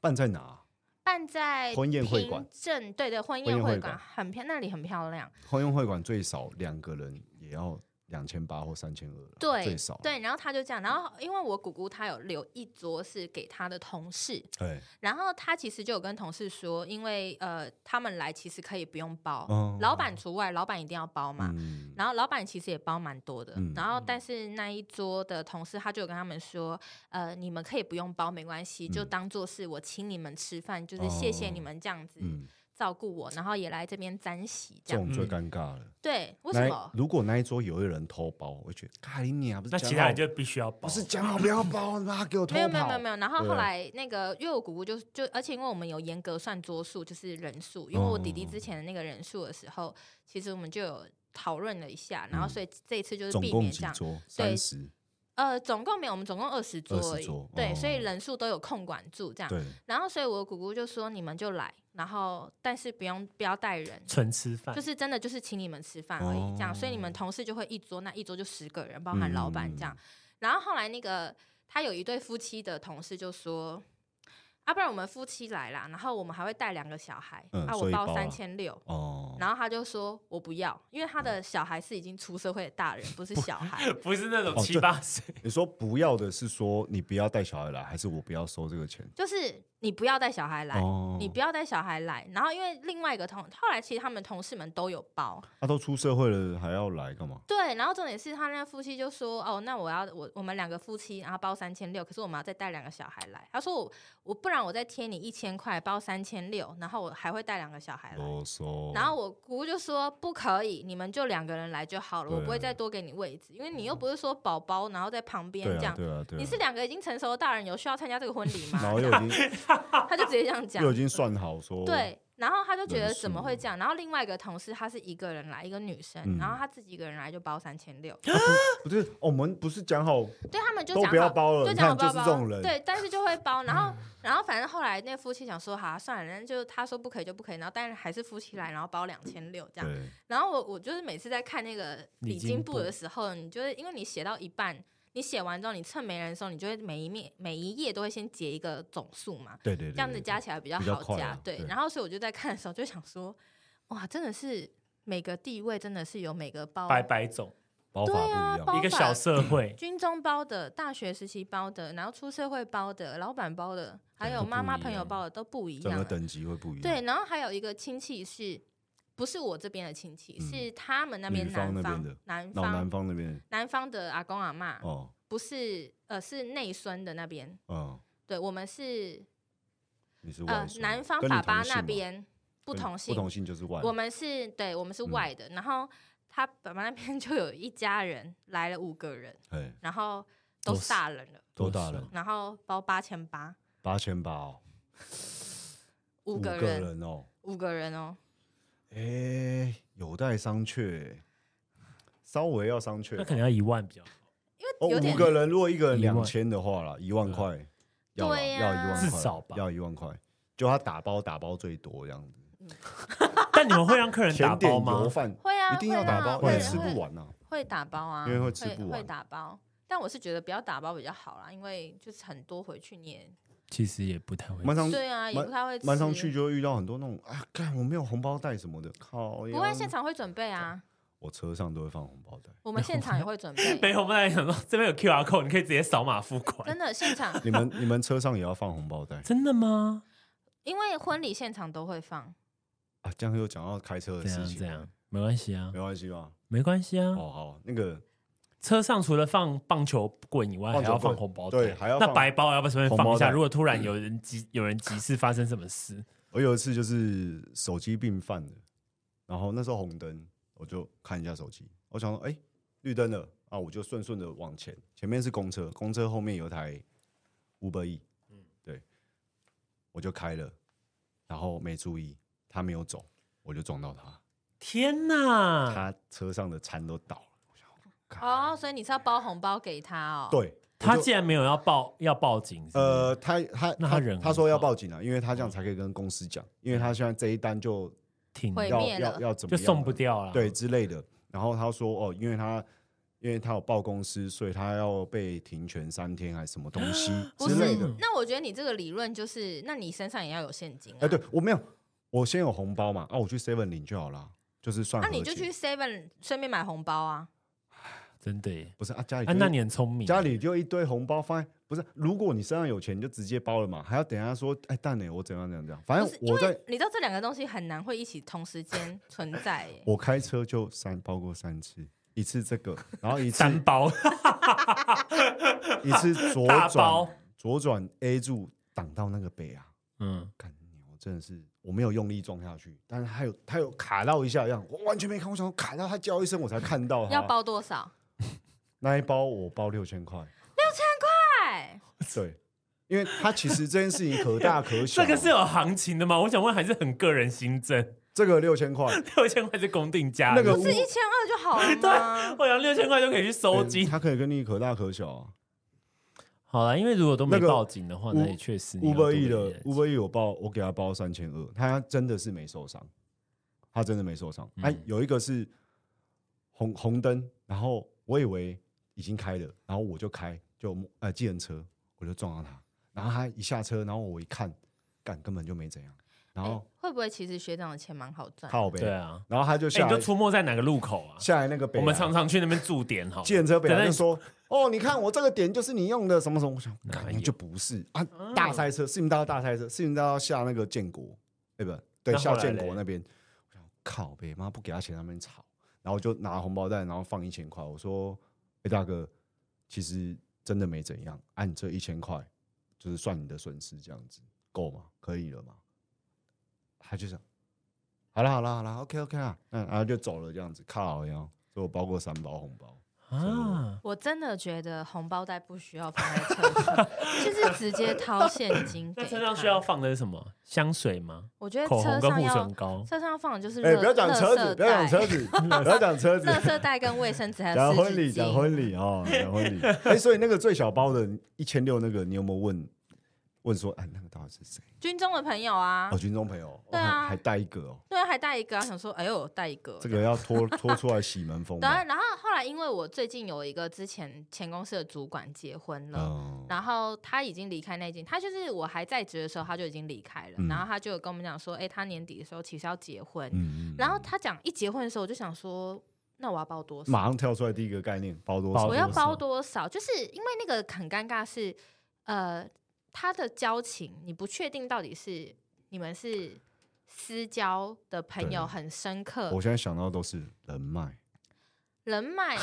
S3: 办在哪？
S2: 办在
S3: 婚宴会馆
S2: 平镇，对对，婚
S3: 婚
S2: 宴
S3: 宴
S2: 会
S3: 会
S2: 馆
S3: 馆
S2: 很漂，那里很漂亮，
S3: 婚宴会馆最少两个人也要两千八或三千二，
S2: 对，
S3: 最少。
S2: 对，然后他就这样，然后因为我姑姑她有留一桌是给她的同事，
S3: 哎，
S2: 然后他其实就有跟同事说，因为呃，他们来其实可以不用包，
S3: 嗯
S2: 哦老板除外，老板一定要包嘛。
S3: 嗯，
S2: 然后老板其实也包蛮多的，
S3: 嗯
S2: 然后但是那一桌的同事他就有跟他们说，呃，你们可以不用包，没关系，就当做是我请你们吃饭，就是谢谢
S3: 嗯哦
S2: 你们这样子
S3: 嗯，
S2: 照顾我，然后也来这边沾喜这
S3: 这
S2: 样。
S3: 种最尴尬了。
S2: 对，为
S3: 那
S2: 什
S3: 一
S2: 么？
S3: 如果那一桌有一个人偷包，我会觉得，咖喱你啊， 不是
S1: 那
S3: 讲
S1: 其他人
S3: 好
S1: 就必须要包。
S3: 不是讲好不要包，妈给我 偷
S2: 没有没有没有
S3: 跑
S2: 没。有，然后
S3: 对
S2: 后来那个，因为我姑姑就就，而且因为我们有严格算桌数，就是人数，因为我弟弟
S3: 哦
S2: 之前的那个人数的时候，其实我们就有讨论了一下，然后所以这一次就是
S3: 嗯总
S2: 避
S3: 共
S2: 免
S3: 几
S2: 这样，
S3: 桌？
S2: 对
S3: 三十。
S2: 呃，总共没有，我们总共二十桌
S3: 20
S2: 而已，
S3: 桌
S2: 对，
S3: 哦
S2: 所以人数都有控管住这样。
S3: 对，
S2: 然后，所以我姑姑就说你们就来，然后但是不用不要带人，
S1: 纯吃饭
S2: 就，是真的就是请你们吃饭而已，这样。所以你们
S3: 哦嗯
S2: 同事就会一桌，那一桌就十个人，包含老板这样。然后后来那个他有一对夫妻的同事就说。啊，不然我们夫妻来啦，然后我们还会带两个小孩，
S3: 嗯
S2: 啊，
S3: 所
S2: 我
S3: 以
S2: 包
S3: 包啊
S2: 三千六，
S3: 哦，嗯
S2: 然后他就说我不要，因为他的小孩是已经出社会的大人，不是小 孩，
S1: 不是那种
S3: 哦
S1: 七
S3: 对
S1: 八岁，
S3: 你说不要的是说你不要带小孩来，还是我不要收这个钱？
S2: 就是你不要带小孩来，
S3: 哦
S2: 你不要带小孩来。然后因为另外一个同，后来其实他们同事们都有包，
S3: 他都出社会了还要来干嘛？
S2: 对。然后重点是他那夫妻就说，哦，那我要我我们两个夫妻，然后包三千六，可是我们要再带两个小孩来。他说我我不然我再贴你一千块，包三千六，然后我还会带两个小孩来。
S3: 啰嗦。
S2: 然后我姑姑就说不可以，你们就两个人来就好了，我不会
S3: 对啊嗯
S2: 再多给你位置，因为你又不是说宝宝，然后在旁边
S3: 对
S2: 这样
S3: 啊，。对啊，对啊，
S2: 你是两个已经成熟的大人，有需要参加这个婚礼
S3: 然后
S2: 吗？
S3: 又已经
S2: 他就直接这样讲
S3: 又。已经算好说，，
S2: 对，然后他就觉得
S3: 人数
S2: 怎么会这样？然后另外一个同事她是一个人来，一个女生，
S3: 嗯
S2: 然后她自己一个人来就包三千六，
S3: 不是哦我们不是讲好
S2: 对他们就
S3: 都
S2: 讲
S3: 不要
S2: 好。
S3: 包了，
S2: 就
S3: 你
S2: 讲好
S3: 看
S2: 包
S3: 就是
S2: 包
S3: 这种人，嗯
S2: 对，但是就会包，然后，然后反正后来那夫妻想说，好、啊，算了，反正就他说不可以就不可以，然后但是还是夫妻来，然后包两千六这样，
S3: 对，
S2: 然后我我就是每次在看那个
S1: 礼
S2: 礼
S1: 金
S2: 金簿
S1: 簿
S2: 的时候，你就是因为你写到一半，你写完之后，你趁没人的时候，你就会每一面每一页都会先结一个总数嘛，
S3: 对对对，
S2: 这样子加起来比较
S3: 比较
S2: 好
S3: 快
S2: 加。
S3: 啊
S2: 对，
S3: 对
S2: 然后所以我就在看的时候就想说，哇，真的是每个地位真的是有每个包，
S1: 百百种，
S3: 包
S2: 对
S3: 法不
S2: 啊
S3: 一
S2: 哦包
S3: 样，
S1: 一个小社会，
S2: 军中包的、大学时期包的，然后出社会包的、老板包的，还
S1: 对
S2: 有
S1: 都不
S2: 妈妈
S1: 一
S2: 朋友
S1: 样
S2: 包的都不一
S3: 整
S2: 样
S3: 个
S2: 啊。
S3: 等级会不一样，
S2: 对，，然后还有一个亲戚是。不是我这边的亲戚，
S3: 嗯
S2: 是他们那
S3: 女
S2: 边南
S3: 方那边
S2: 方
S3: 的
S2: 南
S3: 老
S2: 方
S3: 南方那边
S2: 南方的阿公阿妈、
S3: 哦，
S2: 不是呃是内孙的那边，
S3: 嗯，
S2: 对我们是
S3: 你是外
S2: 呃
S3: 孙啊
S2: 南方
S3: 跟你
S2: 爸爸
S3: 同姓
S2: 那
S3: 吗
S2: 边不
S3: 跟
S2: 同姓，
S3: 不同姓就是外，
S2: 我们是对我们是
S3: 嗯
S2: 外的，然后他爸爸那边 就有一家人来了五个人，
S3: 哎，
S2: 然后都
S1: 都
S2: 是
S1: 是
S2: 大人了，
S3: 多大人
S1: 多？
S2: 然后包八千八，
S3: 八千八哦，
S2: 五
S3: 个
S2: 个人
S3: 人哦，
S2: 五个人哦，
S3: 哎，有待商榷，稍微要商榷
S1: 那，可能要一万比较好，
S3: 哦，
S2: 有点
S3: 五个人如果一个人
S1: 一万啊
S3: 两千的话啦，一万块，要啦啊
S2: 对啊呀
S3: 要一万块，
S1: 至少吧
S3: 要一万块。就他打包打包最多这样子，
S1: 但你们会让客人打
S3: 甜点
S1: 包吗
S3: 油？饭
S2: 会啊，
S3: 一定要
S2: 会
S3: 打
S2: 啊
S3: 包，
S2: 会
S3: 因为
S1: 会
S3: 吃
S2: 会
S3: 不完呐。
S2: 会打包啊，
S3: 因为会吃不
S2: 会
S3: 完
S2: 打包。但我是觉得不要打包比较好啦，因为就是很多回去你也
S1: 其实也不太会
S3: 蛮常
S2: 对啊，也
S3: 蛮
S2: 不太会吃。
S3: 蛮常去就会遇到很多那种啊，干我没有红包袋什么的，靠呀！
S2: 不会现场会准备啊，
S3: 我车上都会放红包袋。
S2: 我们现场也会准备，
S1: 没有，我们来想说这边有 QR code，你可以直接扫码付款。
S2: 真的现场，
S3: 你们你们车上也要放红包袋
S1: 真的吗？
S2: 因为婚礼现场都会放，
S3: 啊？这样又讲到开车的
S1: 怎
S3: 事
S1: 样
S3: 情，
S1: 怎样？没关系啊
S3: 没，关系吧？
S1: 没关系啊。
S3: 哦好，那个
S1: 车上除了放棒球棍以外，还
S3: 棒球
S1: 要
S3: 棍
S1: 放红包袋，
S3: 对还要
S1: 那
S3: 放
S1: 白包要不要随便放一
S3: 红包
S1: 下？
S3: 袋嗯
S1: 如果突然有人急有人急事发生什么事，
S3: 我有一次就是手机病犯了，然后那时候红灯，我就看一下手机，我想说，哎、绿灯了啊，我就顺顺的往前，前面是公车，公车后面有一台五百亿，嗯，对，我就开了，然后没注意，他没有走，我就撞到他，
S1: 天哪！
S3: 他车上的餐都倒了，我想说
S2: 哦，所以你是要包红包给他哦？，
S3: 对，
S1: 啊他
S3: 我就
S1: 竟然没有要报要报警是不是，
S3: 呃，他他
S1: 那他
S3: 他
S1: 人很
S3: 他说要
S1: 好
S3: 报警啊，因为他这样才可以跟公司讲，因为他现在这一单就
S1: 挺
S2: 毁
S3: 要
S2: 灭了
S3: 要要怎么
S1: 就
S3: 样
S1: 送
S3: 了
S1: 不掉了。
S3: 对，之类的。然后他说哦，因为他因为他有报公司，所以他要被停权三天还是什么东西
S2: 不
S3: 之
S2: 哦是
S3: 类的。
S2: 那我觉得你这个理论就是，那你身上也要有现金、啊。
S3: 哎，对我没有，我先有红包嘛，啊，我去 Seven 领就好啦，就是算
S2: 那、
S3: 和
S2: 啊
S3: 解。
S2: 你就去 Seven 顺便买红包啊。
S1: 真的耶。
S3: 不是啊，家里
S1: 啊，
S3: 就
S1: 那
S3: 一
S1: 你很聪明，
S3: 家里就一堆红包放在。不是，如果你身上有钱，你就直接包了嘛，还要等一下说，哎，蛋呢？我怎样怎样怎样，反
S2: 不
S3: 正
S2: 是，因
S3: 我在
S2: 为你知道这两个东西很难会一起同时间存在 耶、
S3: 我开车就三包过三次，一次这个，然后一次
S1: 三包
S3: 一次 左
S1: 大包
S3: 转，左转 A 柱挡到那个北啊，
S1: 嗯，
S3: 干你！我真的是我没有用力撞下去，但是他有他有卡到一下一样，我完全没看，我想说卡到他叫一声我才看到他。
S2: 要包多少？
S3: 那一包我包六千块，
S2: 哎，
S3: 对，因为他其实这件事情可大可小，
S1: 这个是有行情的吗？我想问，还是很个人新政？
S3: 这个六千块，
S1: 六千块是公定价，
S3: 那个
S2: 不是一千二就好 了吗？
S1: 我想六千块就可以去搜
S3: 嗯
S1: 金。
S3: 它可以跟你可大可小啊。
S1: 好了，因为如果都没
S3: 那个
S1: 报警的话，
S3: 五
S1: 那也确实
S3: 五百亿
S1: 了
S3: 的。五百亿有报，我给他报三千二，他真的是没受伤，他真的没受伤。他
S1: 嗯
S3: 有一个是红红灯，然后我以为已经开了，然后我就开就呃计程车，我就撞到他，然后他一下车，然后我一看，干根本就没怎样，然
S2: 哎
S3: 后
S2: 会不会其实学长的钱蛮好赚？
S3: 靠
S1: 对
S3: 呗，
S1: 啊，
S3: 然后他就
S1: 哎，
S3: 下
S1: 你
S3: 来
S1: 就出没在哪个路口啊？
S3: 下来那个北
S1: 我
S3: 来，
S1: 们常常去那边驻点好了，
S3: 计程车北
S1: 等
S3: 来
S1: 到
S3: 就
S1: 你
S3: 说。哦，你看我这个点就是你用的什么什么，我想，
S1: 哪
S3: 干
S1: 有
S3: 就不是啊，大塞车，市民大道大塞车，市民大道下那个建国，对不对？对，
S1: 那后
S3: 下
S1: 来
S3: 建
S1: 嘞
S3: 国那边，我想靠北妈不给他钱，他们吵，然后就拿红包袋，然后放一千块，我说，哎、大哥，其实真的没怎样，按、你这一千块就是算你的损失，这样子够吗？可以了吗？他就想，好啦好啦好啦 o k OK 啦，嗯，然后就走了这样子，靠腰，所以我包过三包红包。
S1: 啊，
S2: 我真的觉得红包袋不需要放在车 上，就是直接掏现金给
S1: 那
S2: 他。
S1: 车上需要放的是什么？香水吗？
S2: 我觉得
S1: 口红
S2: 车
S1: 跟
S2: 上
S1: 护
S2: 要
S1: 唇膏？
S2: 车上放的就是
S3: 哎、
S2: 热
S3: 不要讲车子，不要讲车子，不要 讲车子，
S2: 垃圾袋跟卫生纸还有
S3: 讲
S2: 湿
S3: 婚礼，
S2: 纸
S3: 讲
S2: 巾。
S3: 婚礼哦，讲婚 礼。哎、所以那个最小包的一千六，那个你有没有问问说，哎，那个到底是谁？
S2: 军中的朋友啊
S3: 哦，，军中朋友，哦
S2: 对啊
S3: 还还带一个哦，
S2: 对啊，还带一个啊，想说哎呦带一个
S3: 这。个要拖拖出来洗门风
S2: 对啊，
S3: 吧。
S2: 然后后来因为我最近有一个之前前公司的主管结婚了，
S3: 嗯，
S2: 然后他已经离开那间，他就是我还在职的时候他就已经离开了，
S3: 嗯
S2: 然后他就有跟我们讲说，哎，他年底的时候其实要结婚，
S3: 嗯
S2: 然后他讲一结婚的时候，我就想说，那我要包多少？
S3: 马上跳出来第一个概念，包多少？
S1: 包
S2: 我要
S1: 多
S2: 包
S1: 少
S2: 多少？就是因为那个很尴尬是，呃，他的交情你不确定到底是你们是私交的朋友
S3: 对
S2: 很深刻
S3: 我，现在想到都是人脉，
S2: 人脉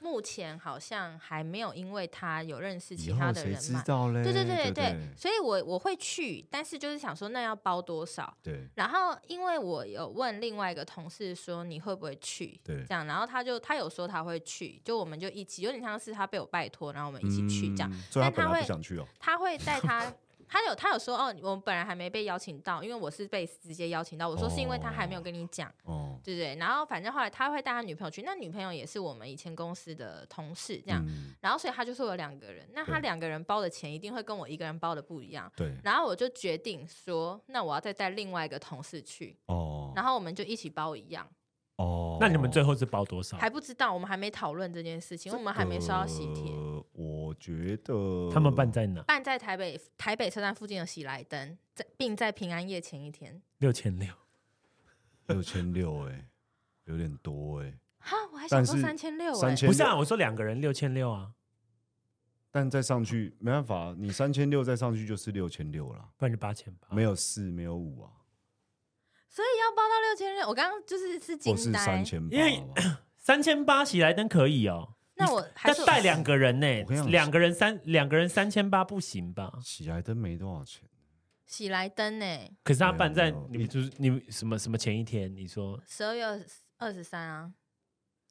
S2: 目前好像还没有因为他有认识
S3: 以
S2: 其
S3: 后
S2: 他的
S3: 谁
S2: 人
S3: 知
S2: 脉。
S3: 道嘞？
S2: 对
S3: 对
S2: 对对对
S3: 对
S2: 对，所以我我会去，但是就是想说那要包多少？
S3: 对
S2: 然后因为我有问另外一个同事说你会不会去，
S3: 对
S2: 这样，然后他就他有说他会去，就我们就一起，有点像是他被我拜托，然后我们一起去这样。
S3: 嗯所以
S2: 但他
S3: 他本来不
S2: 会
S3: 想去哦，
S2: 他会带他，他有他有说哦，我本来还没被邀请到，因为我是被直接邀请到，我说是因为他还没有跟你讲，
S3: 哦，
S2: 对不对？然后反正后来他会带他女朋友去，那女朋友也是我们以前公司的同事这样，
S3: 嗯
S2: 然后所以他就说有两个人，那他
S3: 对
S2: 两个人包的钱一定会跟我一个人包的不一样。
S3: 对
S2: 然后我就决定说，那我要再带另外一个同事去，
S3: 哦
S2: 然后我们就一起包一样，
S3: 哦，
S1: 那你们最后是包多
S3: 嗯
S1: 少？
S2: 还不知道，我们还没讨论这件事情，因为我们还没收到喜帖。
S3: 呃我觉得
S1: 他们办在哪？
S2: 办在台北台北车站附近的喜来登，在并在平安夜前一天。
S1: 六千六。
S3: 六千六哎，有点多哎、
S2: 哈，我还想说三
S3: 但
S2: 千六哎，
S3: 3600
S1: 不是啊，我说两个人六千六啊，
S3: 但再上去没办法，你三千六再上去就是六千六了，
S1: 不然就八千八。
S3: 没有四没有五啊，
S2: 所以要包到六千六。我刚刚就是是惊
S3: 或哦是
S2: 呆
S3: 三，千八啊
S1: 因为
S3: 吧。
S1: 三千八喜来登可以哦，
S2: 那我还
S1: 但
S2: 是
S1: 带两个人呢、
S3: 我跟你讲
S1: 两个人三两个人三千八不行吧？
S3: 喜来登没多少钱，
S2: 喜来登欸呢，
S1: 可是他办在
S3: 没有没有
S1: 你们就是你们什么什么前一天，你说
S2: 十二月二十三啊，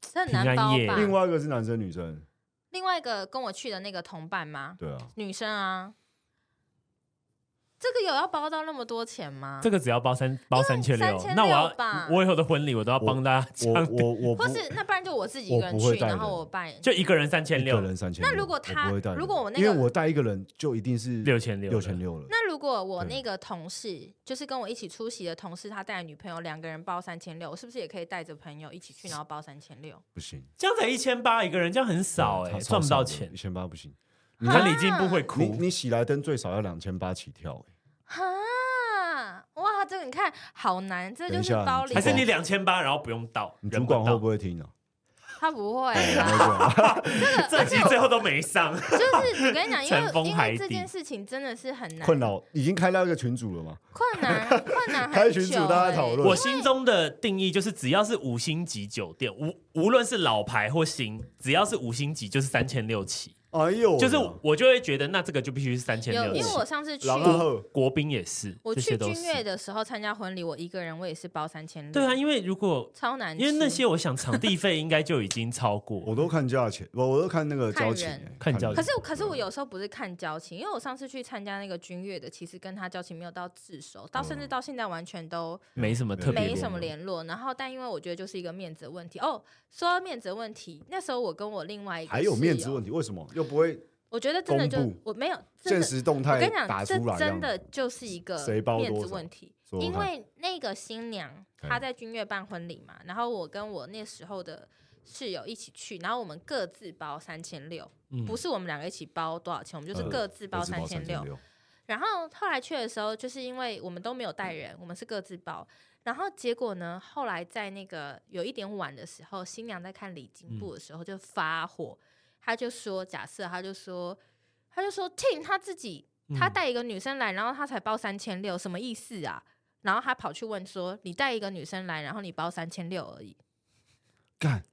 S2: 这很
S1: 平安
S2: 难包
S1: 夜
S2: 吧？
S3: 另外一个是男生女生，
S2: 另外一个跟我去的那个同伴吗？
S3: 对啊，
S2: 女生啊，这个有要包到那么多钱吗？
S1: 这个只要包三包三千六，
S2: 3600
S1: 那我要
S2: 吧
S1: 我以后的婚礼我都要帮大家
S3: 我
S1: 讲，
S3: 我我不
S2: 或是那不然就我自己一个人
S3: 我不会
S2: 去，
S3: 带
S2: 然后
S3: 人
S2: 我办。
S1: 就一个人三千
S3: 一个
S1: 六，
S3: 人三千，
S2: 那如果他
S3: 我不会带人
S2: 如果我那个
S3: 因为我带一个人就一定是
S1: 六千六
S3: 六千六了，
S2: 那如果我
S3: 对
S2: 那个同事，就是跟我一起出席的同事，他带女朋友，两个人包三千六，我是不是也可以带着朋友一起去，然后包三千六？
S3: 不行，
S1: 这样才一千八一个人，这样很少哎、
S3: 嗯
S1: 赚不到钱
S3: 一。千八不行。
S1: 你
S2: 啊
S1: 看李进步会
S3: 你
S1: 哭，
S3: 你喜来登最少要两千八起跳、欸，
S2: 哈，哇，这个你看好难，这就是
S3: 等一下
S2: 包礼
S1: 还是
S2: 物
S1: 你两千八然后不用到，
S3: 你
S1: 人
S3: 主管
S1: 不到
S3: 会不会听啊？
S2: 他不会
S3: 对
S2: 啦，
S3: 啊
S1: 这集最后都没上，
S2: 就是我跟 你讲，因
S1: 乘风
S2: 为因
S1: 海底
S2: 为这件事情真的是很难
S3: 困扰已经开到一个群组了嘛？
S2: 困难困难
S3: 开
S2: 很久、
S3: 群
S2: 欸，
S3: 组大家讨论
S1: 我心中的定义就是，只要是五星级酒店，无无论是老牌或新，只要是五星级就是三千六起。
S3: 哎呦，
S1: 就是我就会觉得，那这个就必须是三千
S2: 有，
S1: 六。
S2: 因为我上次去
S3: 然后
S1: 国宾也是，
S2: 我
S1: 这
S2: 去
S1: 些都
S2: 君
S1: 是。
S2: 悦的时候参加婚礼，我一个人我也是包三千六，
S1: 对啊，，因为如果
S2: 超难吃，
S1: 因为那些我想场地费应该就已经超
S3: 我
S1: 过，
S3: 都看价钱，我我都看那个
S2: 看
S3: 交情
S2: 人
S3: 欸，
S1: 看交
S3: 人
S1: 情
S2: 可是可是我有时候不是看交情，因为我上次去参加那个君悦的，其实跟他交情没有到至熟，到甚至到现在完全都
S1: 没什么特别
S2: 没
S1: 联
S2: 什
S1: 络
S2: 么联络。然后但因为我觉得就是一个面子问题。哦，说到面子问题，那时候我跟我另外一个哦
S3: 还有面子
S2: 题，
S3: 问题，为什么又不会
S2: 我觉得真的就
S3: 公布
S2: 我没有真
S3: 现
S2: 的，
S3: 实动
S2: 我
S3: 态
S2: 跟你
S3: 打
S2: 讲，
S3: 出来
S2: 这
S3: 这
S2: 真
S3: 样？
S2: 的就是一个
S3: 谁包多
S2: 面
S3: 少
S2: 子问题。
S3: 说说
S2: 因
S3: 看
S2: 为那个新娘
S3: 对
S2: 她在君悦办婚礼嘛，然后我跟我那时候的室友一起去，然后我们各自包三千六，
S1: 嗯
S2: 不是我们两个一起包多少钱，我们就是
S3: 嗯
S2: 各自包
S3: 自
S2: 三千六。
S3: 六，
S2: 然后后来去的时候，就是因为我们都没有带人，我们是各自包。然后结果呢，后来在那个有一点晚的时候，新娘在看礼金簿的时候就发火，她就说：“假设她就说，她就说 Tim 她自己她带一个女生来，然后她才包三千六，什么意思啊？”然后她跑去问说：“你带一个女生来，然后你包三千六而已，
S3: 干，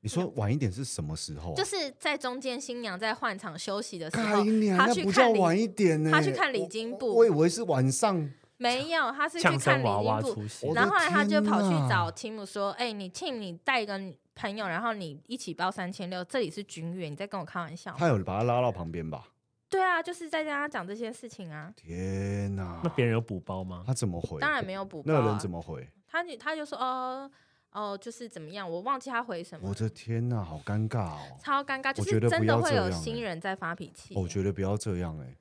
S3: 你说晚一点是什么时候啊？
S2: 就是在中间新娘在换场休息的时候
S3: 干你，娘，
S2: 她
S3: 那
S2: 去
S3: 不叫
S2: 看
S3: 晚
S2: 礼，
S3: 一点呢，
S2: 她去看礼
S3: 我
S2: 金
S3: 我
S2: 簿
S3: 我以为是晚上，
S2: 没有，她是去
S1: 呛
S2: 看
S1: 声
S2: 礼
S1: 娃
S2: 金
S1: 娃
S2: 簿。
S1: 出现
S3: 我，
S2: 然
S3: 的
S2: 后后来他就
S3: 天
S2: 跑去
S3: 呐
S2: 找 Tim 说：“哎、你 Tim，你带一个朋友，然后你一起包三千六，这里是君悦，你在跟我开玩笑吗
S3: 他有把他拉到旁边吧？？”
S2: 对啊，就是在跟他讲这些事情啊。
S3: 天哪
S1: 那，别人有补包吗？
S3: 他怎么回？
S2: 当然没有补报、
S3: 那人
S2: 啊
S3: 怎，么回？
S2: 他就他就说：“哦哦，就是怎么样，我忘记他回什么
S3: 我，的天哪，好尴尬哦！
S2: 超尴尬，就
S3: 觉
S2: 是
S3: 得不
S2: 真
S3: 要
S2: 的会
S3: 这
S2: 有
S3: 样欸
S2: 新人在发脾气。
S3: 哦我觉得不要这样哎。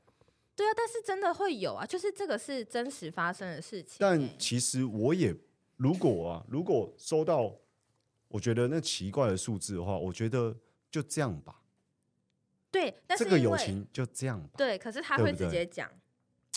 S2: 对啊，但是真的会有啊，就是这个是真实发生的事情、欸。
S3: 但其实我也，如果啊，如果收到我觉得那奇怪的数字的话，我觉得就这样吧，
S2: 对，但是
S3: 这
S2: 因
S3: 个
S2: 为
S3: 友情就这样吧。
S2: 对，可是他
S3: 对
S2: 会
S3: 不
S2: 直
S3: 对
S2: 接讲，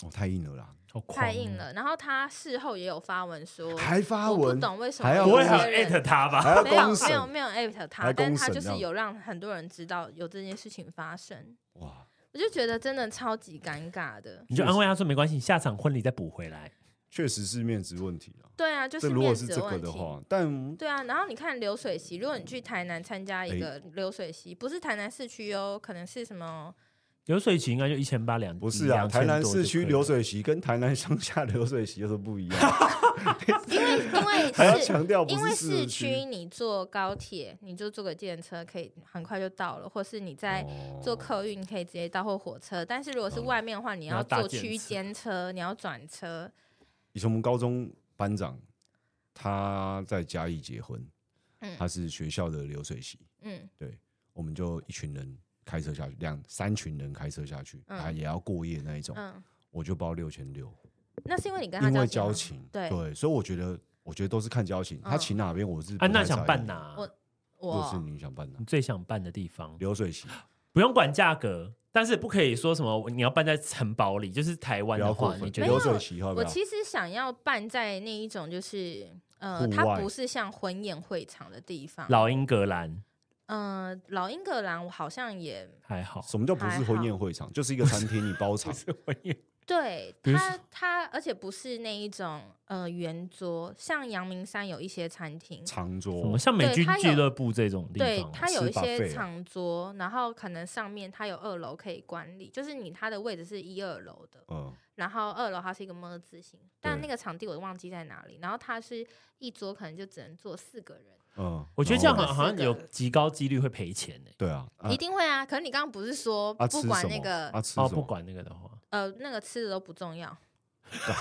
S3: 哦，太硬了啦，
S1: 好狂
S2: 太硬
S1: 哦，
S2: 了。然后他事后也有发文说，
S3: 还发
S2: 我
S3: 文
S2: 不，懂为什
S3: 还
S2: 么
S3: 要
S2: 有
S1: 不会
S2: 些
S1: 还
S2: 人
S1: 艾特他吧？
S3: 还要
S2: 没有
S3: 公
S2: 没有
S3: 审，
S2: 没有艾特他，
S3: 还
S2: 但
S3: 公
S2: 是他
S3: 审
S2: 就
S3: 这
S2: 是
S3: 样
S2: 有让很多人知道有这件事情发生，
S3: 哇，
S2: 我就觉得真的超级尴尬的。
S1: 你就安慰他说没关系，下场婚礼再补回来。
S3: 确实是面子问题啊。
S2: 对啊，就
S3: 这
S2: 是
S3: 如果
S2: 面
S3: 是
S2: 子
S3: 这个
S2: 问
S3: 的
S2: 题。
S3: 话，但
S2: 对啊，然后你看流水席，如果你去台南参加一个流水席，不是台南市区哦，可能是什 么？
S1: 流水席应该就一千八两，
S3: 不是啊，
S1: 2000
S3: 台南
S1: 多
S3: 市
S1: 就
S3: 区
S1: 可以
S3: 流
S1: 了
S3: 水席跟台南乡下流水席有什么不一样？
S2: 因为因为
S3: 还要
S2: 是
S3: 强调不
S2: 因为
S3: 是
S2: 市区
S3: 区，
S2: 你坐高铁，你就坐个电车可以很快就到了，或是你在
S3: 哦
S2: 坐客运可以直接到或火车，但是如果是外面的话，你
S1: 要
S2: 要
S1: 搭
S2: 坐
S1: 电
S2: 区
S1: 车
S2: 间车，你要转车。
S3: 以前我们高中班长他在嘉义结婚，
S2: 嗯
S3: 他是学校的流水席，
S2: 嗯
S3: 对，我们就一群人开车下去，两三群人开车下去，
S2: 嗯
S3: 他也要过夜那一种，
S2: 嗯，
S3: 我就包六千六，
S2: 那是因为你跟他
S3: 因为
S2: 交
S3: 交
S2: 情
S3: 情，
S2: 对
S3: 所以我觉得我觉得都是看交情，他
S2: 嗯
S3: 请哪边我是
S1: 安娜
S3: 不太在
S1: 啊想
S3: 意
S1: 办，哪？
S2: 我啊，
S3: 如果是
S2: 我
S3: 你想办哪
S1: 你，最想办的地方，
S3: 流水席
S1: 不用管价格，但是不可以说什么你要办在城堡里，就是台
S3: 不
S1: 湾
S3: 要
S1: 的
S3: 过
S1: 话，
S3: 分
S1: 你，觉
S2: 没有
S3: 流
S1: 得
S3: 水席好不
S2: 我
S3: 好？
S2: 其实想要办在那一种就是呃，
S3: 户
S2: 它
S3: 外
S2: 不是像婚宴会场的地方。
S1: 老英格兰
S2: 嗯、老英格兰我好像也
S1: 还好，
S3: 什么叫不是婚宴会场？就是一个餐厅，你包场，
S2: 对
S1: 比如
S2: 它它，而且不是那一种呃圆桌，像阳明山有一些餐厅，
S3: 长
S1: 什么
S3: 桌，
S1: 像美
S2: 对
S1: 军
S2: 它有
S1: 俱乐部这种地
S2: 对
S1: 方，
S2: 它有
S3: 吃
S2: 一些
S3: buffet 啊
S2: 长桌，然后可能上面它有二楼可以管理，就是你它的位置是一二楼的，
S3: 嗯，
S2: 然后二楼它是一个么字形，但
S3: 对
S2: 那个场地我忘记在哪里。然后它是一桌可能就只能坐四个人，
S3: 嗯，
S1: 我觉得这样
S3: 然
S1: 好
S3: 后
S1: 像好像有极高几率会赔钱欸呢。
S3: 对啊，啊
S2: 一定会啊。可是你刚刚不是说
S3: 啊
S2: 不
S3: 吃
S2: 管
S3: 什
S2: 那
S3: 么
S2: 个、
S3: 啊吃什
S1: 哦，
S3: 么
S1: 不管那个的话，
S2: 呃那个吃的都不重要，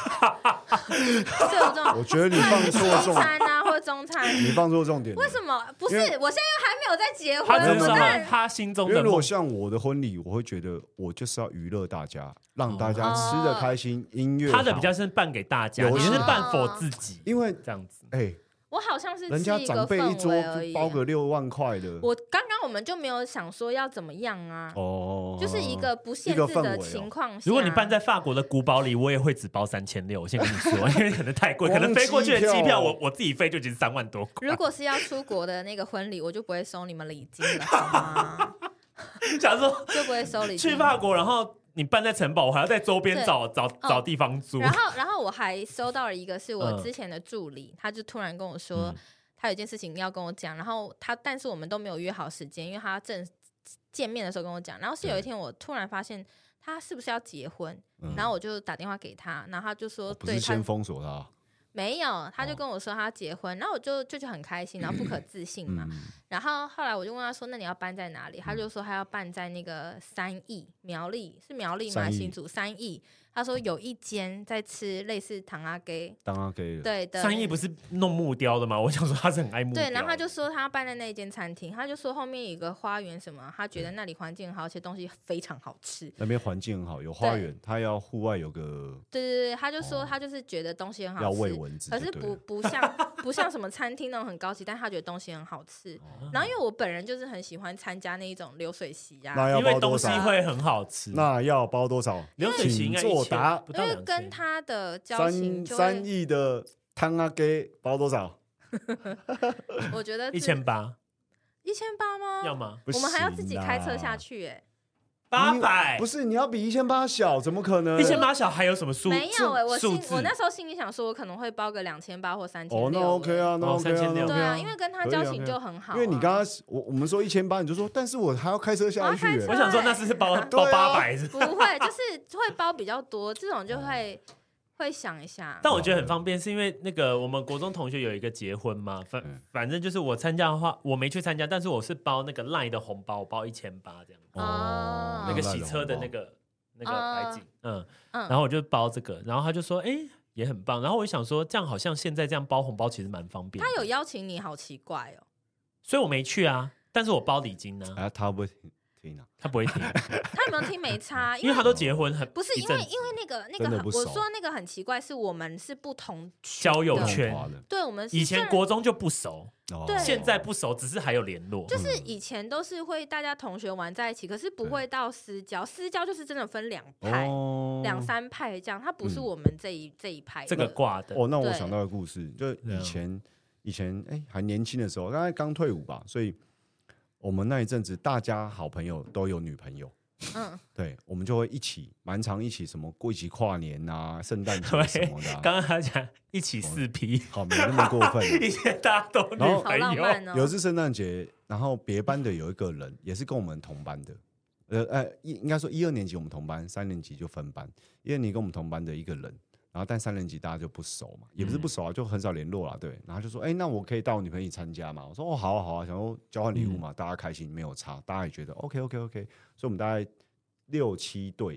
S2: 最不重要
S3: 我觉得你放错
S2: 西
S3: 重，
S2: 餐啊或中 餐。
S3: 你放错重点了。
S2: 为什么不是？
S3: 因
S2: 我现
S3: 为
S2: 在又还没有在结婚，
S1: 他只
S2: 我
S1: 是
S3: 没
S1: 说
S3: 有
S2: 当
S1: 他
S2: 然
S1: 他心中
S3: 因为
S1: 的
S3: 如果
S1: 梦，
S3: 像我的婚礼，我会觉得我就是要娱乐大家，让大
S2: 哦
S3: 家吃的开心，音乐好
S1: 他的比较，是办给大家，
S3: 有
S1: 你
S3: 时
S1: 是办 for 自己，
S3: 因为
S1: 这样子。
S3: 哎，
S2: 我好像是
S3: 人家
S2: 吃一个
S3: 长辈一
S2: 氛
S3: 桌
S2: 围而已啊
S3: 就包个六万块的，
S2: 我刚刚我们就没有想说要怎么样啊，
S3: 哦，
S2: 就是一个不限
S3: 一个
S2: 制
S3: 氛围
S2: 的
S3: 哦
S2: 情况下。
S1: 如果你办在法国的古堡里，我也会只包三千六。我先跟你 说，因为可能太贵，可能飞过去的机
S3: 光机
S1: 票，
S3: 票
S1: 我我自己飞就已经三万多块。
S2: 如果是要出国的那个婚礼，我就不会收你们礼金了，好吗？
S1: 想说
S2: 就不会收礼金。
S1: 去法国，然后你办在城堡，我还要在周边找找找地方住
S2: 哦然。后，然后我还收到了一个是我
S1: 嗯
S2: 之前的助理，他就突然跟我说，
S1: 嗯
S2: 他有一件事情要跟我讲，然后他但是我们都没有约好时间，因为他正见面的时候跟我讲，然后是有一
S3: 对
S2: 天我突然发现他是不是要结婚，
S3: 嗯
S2: 然后我就打电话给他，然后他就说
S3: 我哦不
S2: 对
S3: 是
S2: 他
S3: 先封锁他，
S2: 没有，他就
S3: 哦
S2: 跟我说他要结婚，然后我就就就很开心，然后不可置信嘛。
S3: 嗯，
S2: 然后后来我就问他说：“那你要搬在哪里？”他就说他要搬在那个三义苗栗，是苗栗吗？
S3: 三义
S2: 新竹三义。他说有一间在吃类似糖阿给
S3: 当他给了，
S2: 对的
S1: 三义不是弄木雕的吗？我想说他是很爱木雕的。
S2: 对，然后他就说他要搬在那一间餐厅，他就说后面有一个花园什么，他觉
S3: 嗯
S2: 得那里环境很好，而且东西非常好吃。
S3: 那边环境很好，有花园，他要户外有个
S2: 对对对，他就说
S3: 哦
S2: 他就是觉得东西很好
S3: 要喂
S2: 吃，
S3: 蚊子
S2: 可
S3: 就是对了，
S2: 不不像不像什么餐厅那种很高级，但他觉得东西很好吃。
S3: 哦
S2: 然后因为我本人就是很喜欢参加那一种流水席啊，
S3: 那要
S1: 因为
S3: 包
S1: 东
S3: 多
S1: 西
S3: 少？
S1: 会很好吃。
S3: 那要包多少？
S1: 流水啊席应该
S3: 请作答
S1: 1000不
S2: 因
S1: 到
S2: 为
S1: 两
S2: 跟
S1: 千。
S2: 他的交情
S3: 三
S2: 就
S3: 三
S2: 会，
S3: 亿的汤阿给包多少？
S2: 我 觉得
S1: 一千八，
S2: 一千八吗？
S1: 要吗？
S3: 不
S2: 我们还要
S3: 行
S2: 自己开车
S3: 啦
S2: 下去哎、
S1: 八百
S3: 不，是你要比一千八小，怎么可能？
S1: 一千八小还有什么数？
S2: 没有哎、我
S1: 数
S2: 心
S1: 字
S2: 我那时候心里想说，我可能会包个两千八或三千
S3: 哦，那 OK 啊，那
S1: 哦
S3: OK 啊，
S1: 3600
S3: 那 OK
S2: 对啊，因为
S3: 为
S2: 跟他
S3: 可以
S2: 交
S3: 啊
S2: 情
S3: 可以啊
S2: 就很好啊、
S3: 因为你刚刚我我们说一千八，你就说，但是我还要开车下去
S2: 我要哦开车
S1: 我
S3: 欸，
S1: 想说那是包
S3: 对
S1: 包
S3: 啊
S1: 八百是，
S2: 不会，就是会包比较多，这种就会会想一下。
S1: 哦但我觉得很方便，是因为那个我们国中同学有一个结婚嘛，
S3: 嗯
S1: 反反正就是我参加的话，我没去参加，但是我是包那个赖的红包，我包一千八这样，
S3: 嗯
S2: 哦
S1: 那个洗车的那，个那个白景，嗯，然
S2: 嗯，
S1: 后我就包这个，然后他就说，哎，也很棒，然后我就想说，这样好像现在这样包红包其实蛮方便的，
S2: 他有邀请你，好奇怪哦。
S1: 所以我没去啊，但是我包礼金呢，
S3: 哎，他不会听听啊，
S1: 他不 会听，
S2: 他有没有听没差？
S1: 因为他都结婚很
S2: 不是
S1: 一
S2: 因为
S1: 阵
S2: 因
S1: 子
S2: 为那个那个
S3: 真的
S2: 很
S3: 不
S2: 我
S3: 熟
S2: 说那个很奇怪，是我们是不同群
S1: 交友
S2: 的
S1: 圈劝
S3: 华人
S2: 对，我们是
S1: 以前
S2: 虽然
S1: 国中就不熟，
S3: 哦
S2: 对
S1: 现在不熟，只是还有联络，
S2: 就是以前都是会大家同学玩在一起，可是不
S3: 对
S2: 会到私交。私交就是真的分两派、
S3: 哦
S2: 两三派这样，它不是
S3: 嗯
S2: 我们这一、这一派的。
S1: 这个挂的，
S3: 哦，那我
S2: 对
S3: 想到个故事，就
S1: 对啊
S3: 以前以前哎、还年轻的时候，大概刚退伍吧，所以我们那一阵子大家好朋友都有女朋友，
S2: 嗯，
S3: 对，我们就会一起蛮常一起什么过一起跨年啊、圣诞 节什么的、啊，
S1: 刚刚他讲一起四 批，
S3: 好没那么过分、
S1: 以前大家都女
S3: 哦然后
S2: 好
S1: 朋
S2: 浪
S1: 友，
S2: 漫哦。
S3: 有一次圣诞节，然后别班的有一个人也是跟我们同班的，呃呃，一应该说一二年级我们同班，三年级就分班。一二年级跟我们同班的一个人，然后但三年级大家就不熟嘛，也不是不熟啊，就很少联络啦。对，然后就说，哎、那我可以带我女朋友一起参加嘛？我说，哦，好啊好啊，想说交换礼
S1: 嗯
S3: 物嘛，大家开心没有差，大家也觉得 OK OK OK，所以我们大概六七对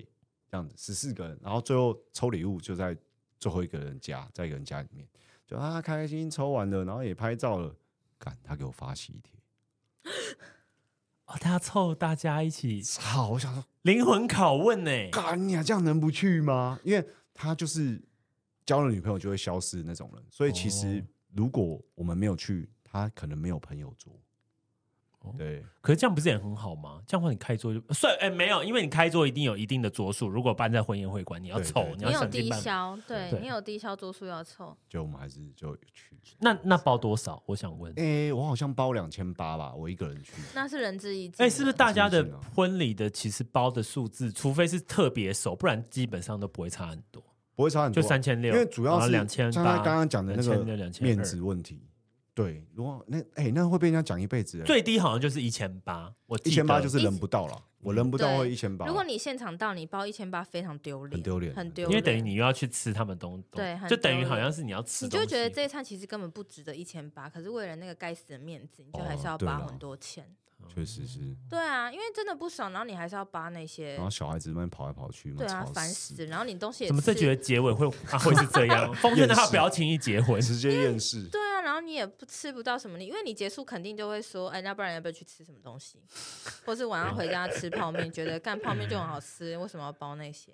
S3: 这样子，十四个人，然后最后抽礼物就在最后一个人家，在一个人家里面，就啊开开心心抽完了，然后也拍照了。干，他给我发喜帖，
S1: 哦，他要凑大家一起
S3: 操！我想说，
S1: 灵魂拷问欸呢、
S3: 干你啊，这样能不去吗？因为他就是交了女朋友就会消失的那种人，所以其实
S1: 哦
S3: 如果我们没有去，他可能没有朋友做
S1: 哦。
S3: 对，
S1: 可是这样不是也很好吗？这样的话你开桌就算哎、没有，因为你开桌一定有一定的桌数，如果办在婚宴会馆，你要
S3: 对
S1: 凑
S3: 对，
S1: 你
S2: 你
S1: 要
S2: 有
S1: 想
S2: 低
S1: 尽办法。
S2: 消，对
S1: 对
S2: 你有低消桌数要凑，
S3: 就我们还是就去。
S1: 那那包多少？我想问，哎、
S3: 诶，我好像包两千八吧，我一个人去。
S2: 那是仁至义尽的。
S1: 哎是不是大家的
S3: 我相信啊
S1: 婚礼的其实包的数字，除非是特别熟，不然基本上都不会差很多，
S3: 不会差很多
S1: 就
S3: 啊，
S1: 三千六，
S3: 因为主要是
S1: 两千
S3: 像他
S1: 八，
S3: 刚刚讲的那
S1: 2600
S3: 个
S1: 2200
S3: 面子问题。对，如果那哎、那会被人家讲一辈子、欸，
S1: 最低好像就是一千八，我记
S3: 一
S1: 得
S3: 千八就是人不到了，我人不到会一千八。
S2: 如果你现场到，你包一千八非常丢脸，
S3: 很丢脸
S2: 很丢
S1: 因
S2: 脸，
S1: 为等于你又要去吃他们东东，
S2: 对很
S1: 就等于
S2: 丢
S1: 好
S2: 脸
S1: 像是你要吃
S2: 你
S1: 东西，
S2: 就觉得这一餐其实根本不值得一千八，可是为了那个该死的面子，你就还是
S3: 哦
S2: 要
S3: 对
S2: 扒
S3: 啦
S2: 很多钱。
S3: 确实是，
S2: 对啊，因为真的不爽，然后你还是要扒那些
S3: 然后小孩子们跑来跑去嘛，
S2: 对啊
S3: 吵，
S2: 烦死！然后你东西也
S1: 怎么这
S2: 吃
S1: 局的结尾会啊会是这 样？奉劝大家不要轻易结 婚。
S3: 直接厌世。
S2: 对啊，然后你也不吃不到什么，你因为你结束肯定就会说，哎，那不然要不要去吃什么东西，或是晚上回家吃泡面，觉得干泡面就很好吃，为什么要包那些？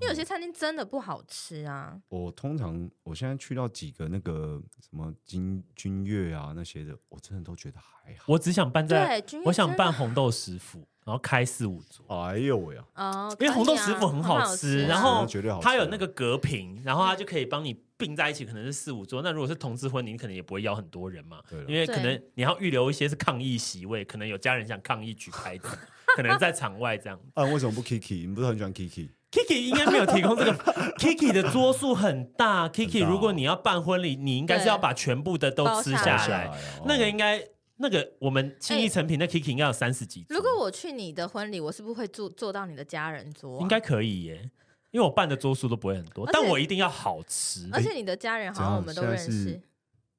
S2: 因为有些餐厅真的不好吃啊，
S3: 我通常我现在去到几个那个什么金君悦啊那些的，我真的都觉得还好。
S1: 我只想办在
S2: 对君，悦
S1: 我想
S2: 真的
S1: 办红豆食府，然后开四五桌，
S3: 哎呦喂啊！
S2: 哦，
S1: 因为
S2: 可
S1: 红
S2: 以
S1: 豆
S2: 啊
S1: 食府
S2: 很
S1: 好
S2: 吃啊，
S1: 然后
S3: 那绝对好吃啊
S1: 它有那个隔屏，然后它就可以帮你并在一起，可能是四五桌。那如果是同志婚礼，你可能也不会邀很多人嘛，
S3: 对了
S1: 因为可能
S2: 对
S1: 你要预留一些是抗议席位，可能有家人想抗议举牌 子，可能在场外这样。
S3: 啊，为什么不 Kiki？你不是很喜欢 Kiki？
S1: Kiki 应该没有提供这个，Kiki 的桌数很大。Kiki，
S3: 很大哦
S1: 如果你要办婚礼，你应该是要把全部的都吃
S2: 包
S3: 哦
S1: 下
S2: 下
S1: 来
S3: 来。啊
S1: 那个应该那个我们轻易成品的 Kiki 应该有三十几组，
S2: 哎如果我去你的婚礼，我是不是会坐坐到你的家人桌啊、
S1: 应该可以耶，因为我办的桌数都不会很多
S2: 而，且
S1: 但我一定要好吃。
S2: 而且你的家人好
S3: 怎
S2: 像
S3: 样
S2: 我们都
S3: 哦现
S2: 认
S3: 在是
S2: 识，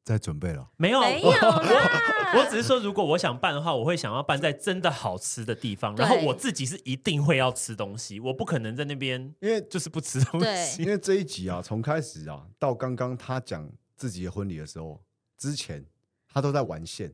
S3: 在准备了，
S1: 没有，
S2: 没有啊
S1: 我。
S2: 啦
S1: 哦 我只是说，如果我想办的话，我会想要办在真的好吃的地方，然后
S2: 对
S1: 我自己是一定会要吃东西，我不可能在那边
S3: 因为
S1: 就是不吃东
S3: 因
S1: 西。
S3: 为这一集啊，从开始啊到刚刚他讲自己的婚礼的时候，之前他都在玩线，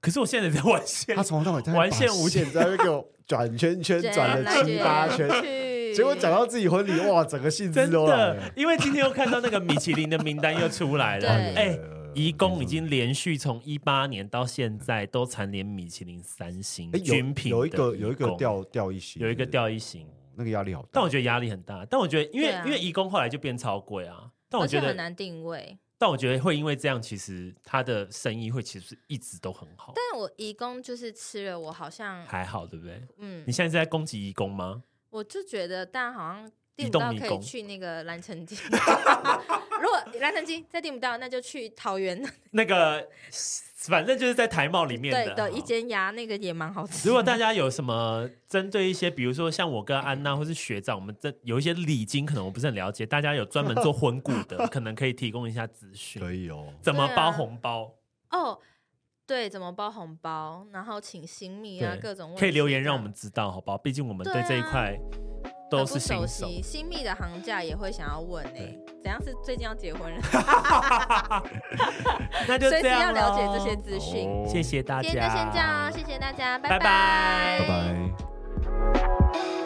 S1: 可是我现在在玩线
S3: 他，从头到尾在
S1: 玩线无
S3: 限，在那边给 我转圈圈，转了七八圈，
S2: 去
S3: 结果讲到自己婚礼，哇，整个兴致
S1: 真
S3: 都来
S1: 的
S3: 了。，哎
S1: 因为今天又看到那个米其林的名单又出来了，
S2: 对
S1: 哎。义工已经连续从一八年到现在都蝉联米其林三星
S3: 哎
S1: 军
S3: 有
S1: 品
S3: 有一
S1: 的
S3: 个
S1: 移
S3: 有一个
S1: 工
S3: 掉掉一星，
S1: 有一个，掉一星，
S3: 那个压力好大。
S1: 但我觉得压力很大。但我觉得，因为、
S2: 对啊
S1: 因为义工后来就变超贵啊，但我
S2: 而
S1: 觉
S2: 且很
S1: 得，
S2: 难定位。
S1: 但我觉得会因为这样，其实他的生意会其实一直都很好，
S2: 但我义工就是吃了，我好像
S1: 还好，对不对？
S2: 嗯
S1: 你，现在是在攻击义工吗？
S2: 我就觉得大家好像订
S1: 移
S2: 不
S1: 动
S2: 到
S1: 迷
S2: 可以
S1: 宫
S2: 去那个蓝城 金。如果蓝城金再订不到，那就去桃园
S1: 那个，反正就是在台贸里面
S2: 对
S1: 的
S2: 的一。间鸭，那个也蛮好 吃。
S1: 如果大家有什么针对一些，比如说像我跟安娜或是学长，我们这有一些礼金，可能我不是很了解，大家有专门做婚顾的，可能可以提供一下资讯，
S3: 可以哦，
S1: 怎么
S2: 对啊
S1: 包红包，
S2: 哦，对，怎么包红包，然后请新密啊，
S1: 对
S2: 各种问
S1: 可以留
S2: 题
S1: 言
S2: 这
S1: 让我
S2: 样
S1: 们知道，好不好？毕竟我们对
S2: 对
S1: 这一
S2: 啊
S1: 块
S2: 很
S1: 都
S2: 不
S1: 是新
S2: 熟
S1: 手。
S2: 悉，新密的行价也会想要问哎、
S1: 对
S2: 怎样是最近要结婚了，
S1: 那就
S2: 随时
S1: 这
S2: 要
S1: 样
S2: 了解
S1: 咯
S2: 这些资讯。
S3: 好哦
S1: 谢谢大家，
S2: 哦今天就先这样，谢谢大家，拜
S1: 拜拜
S3: 拜拜。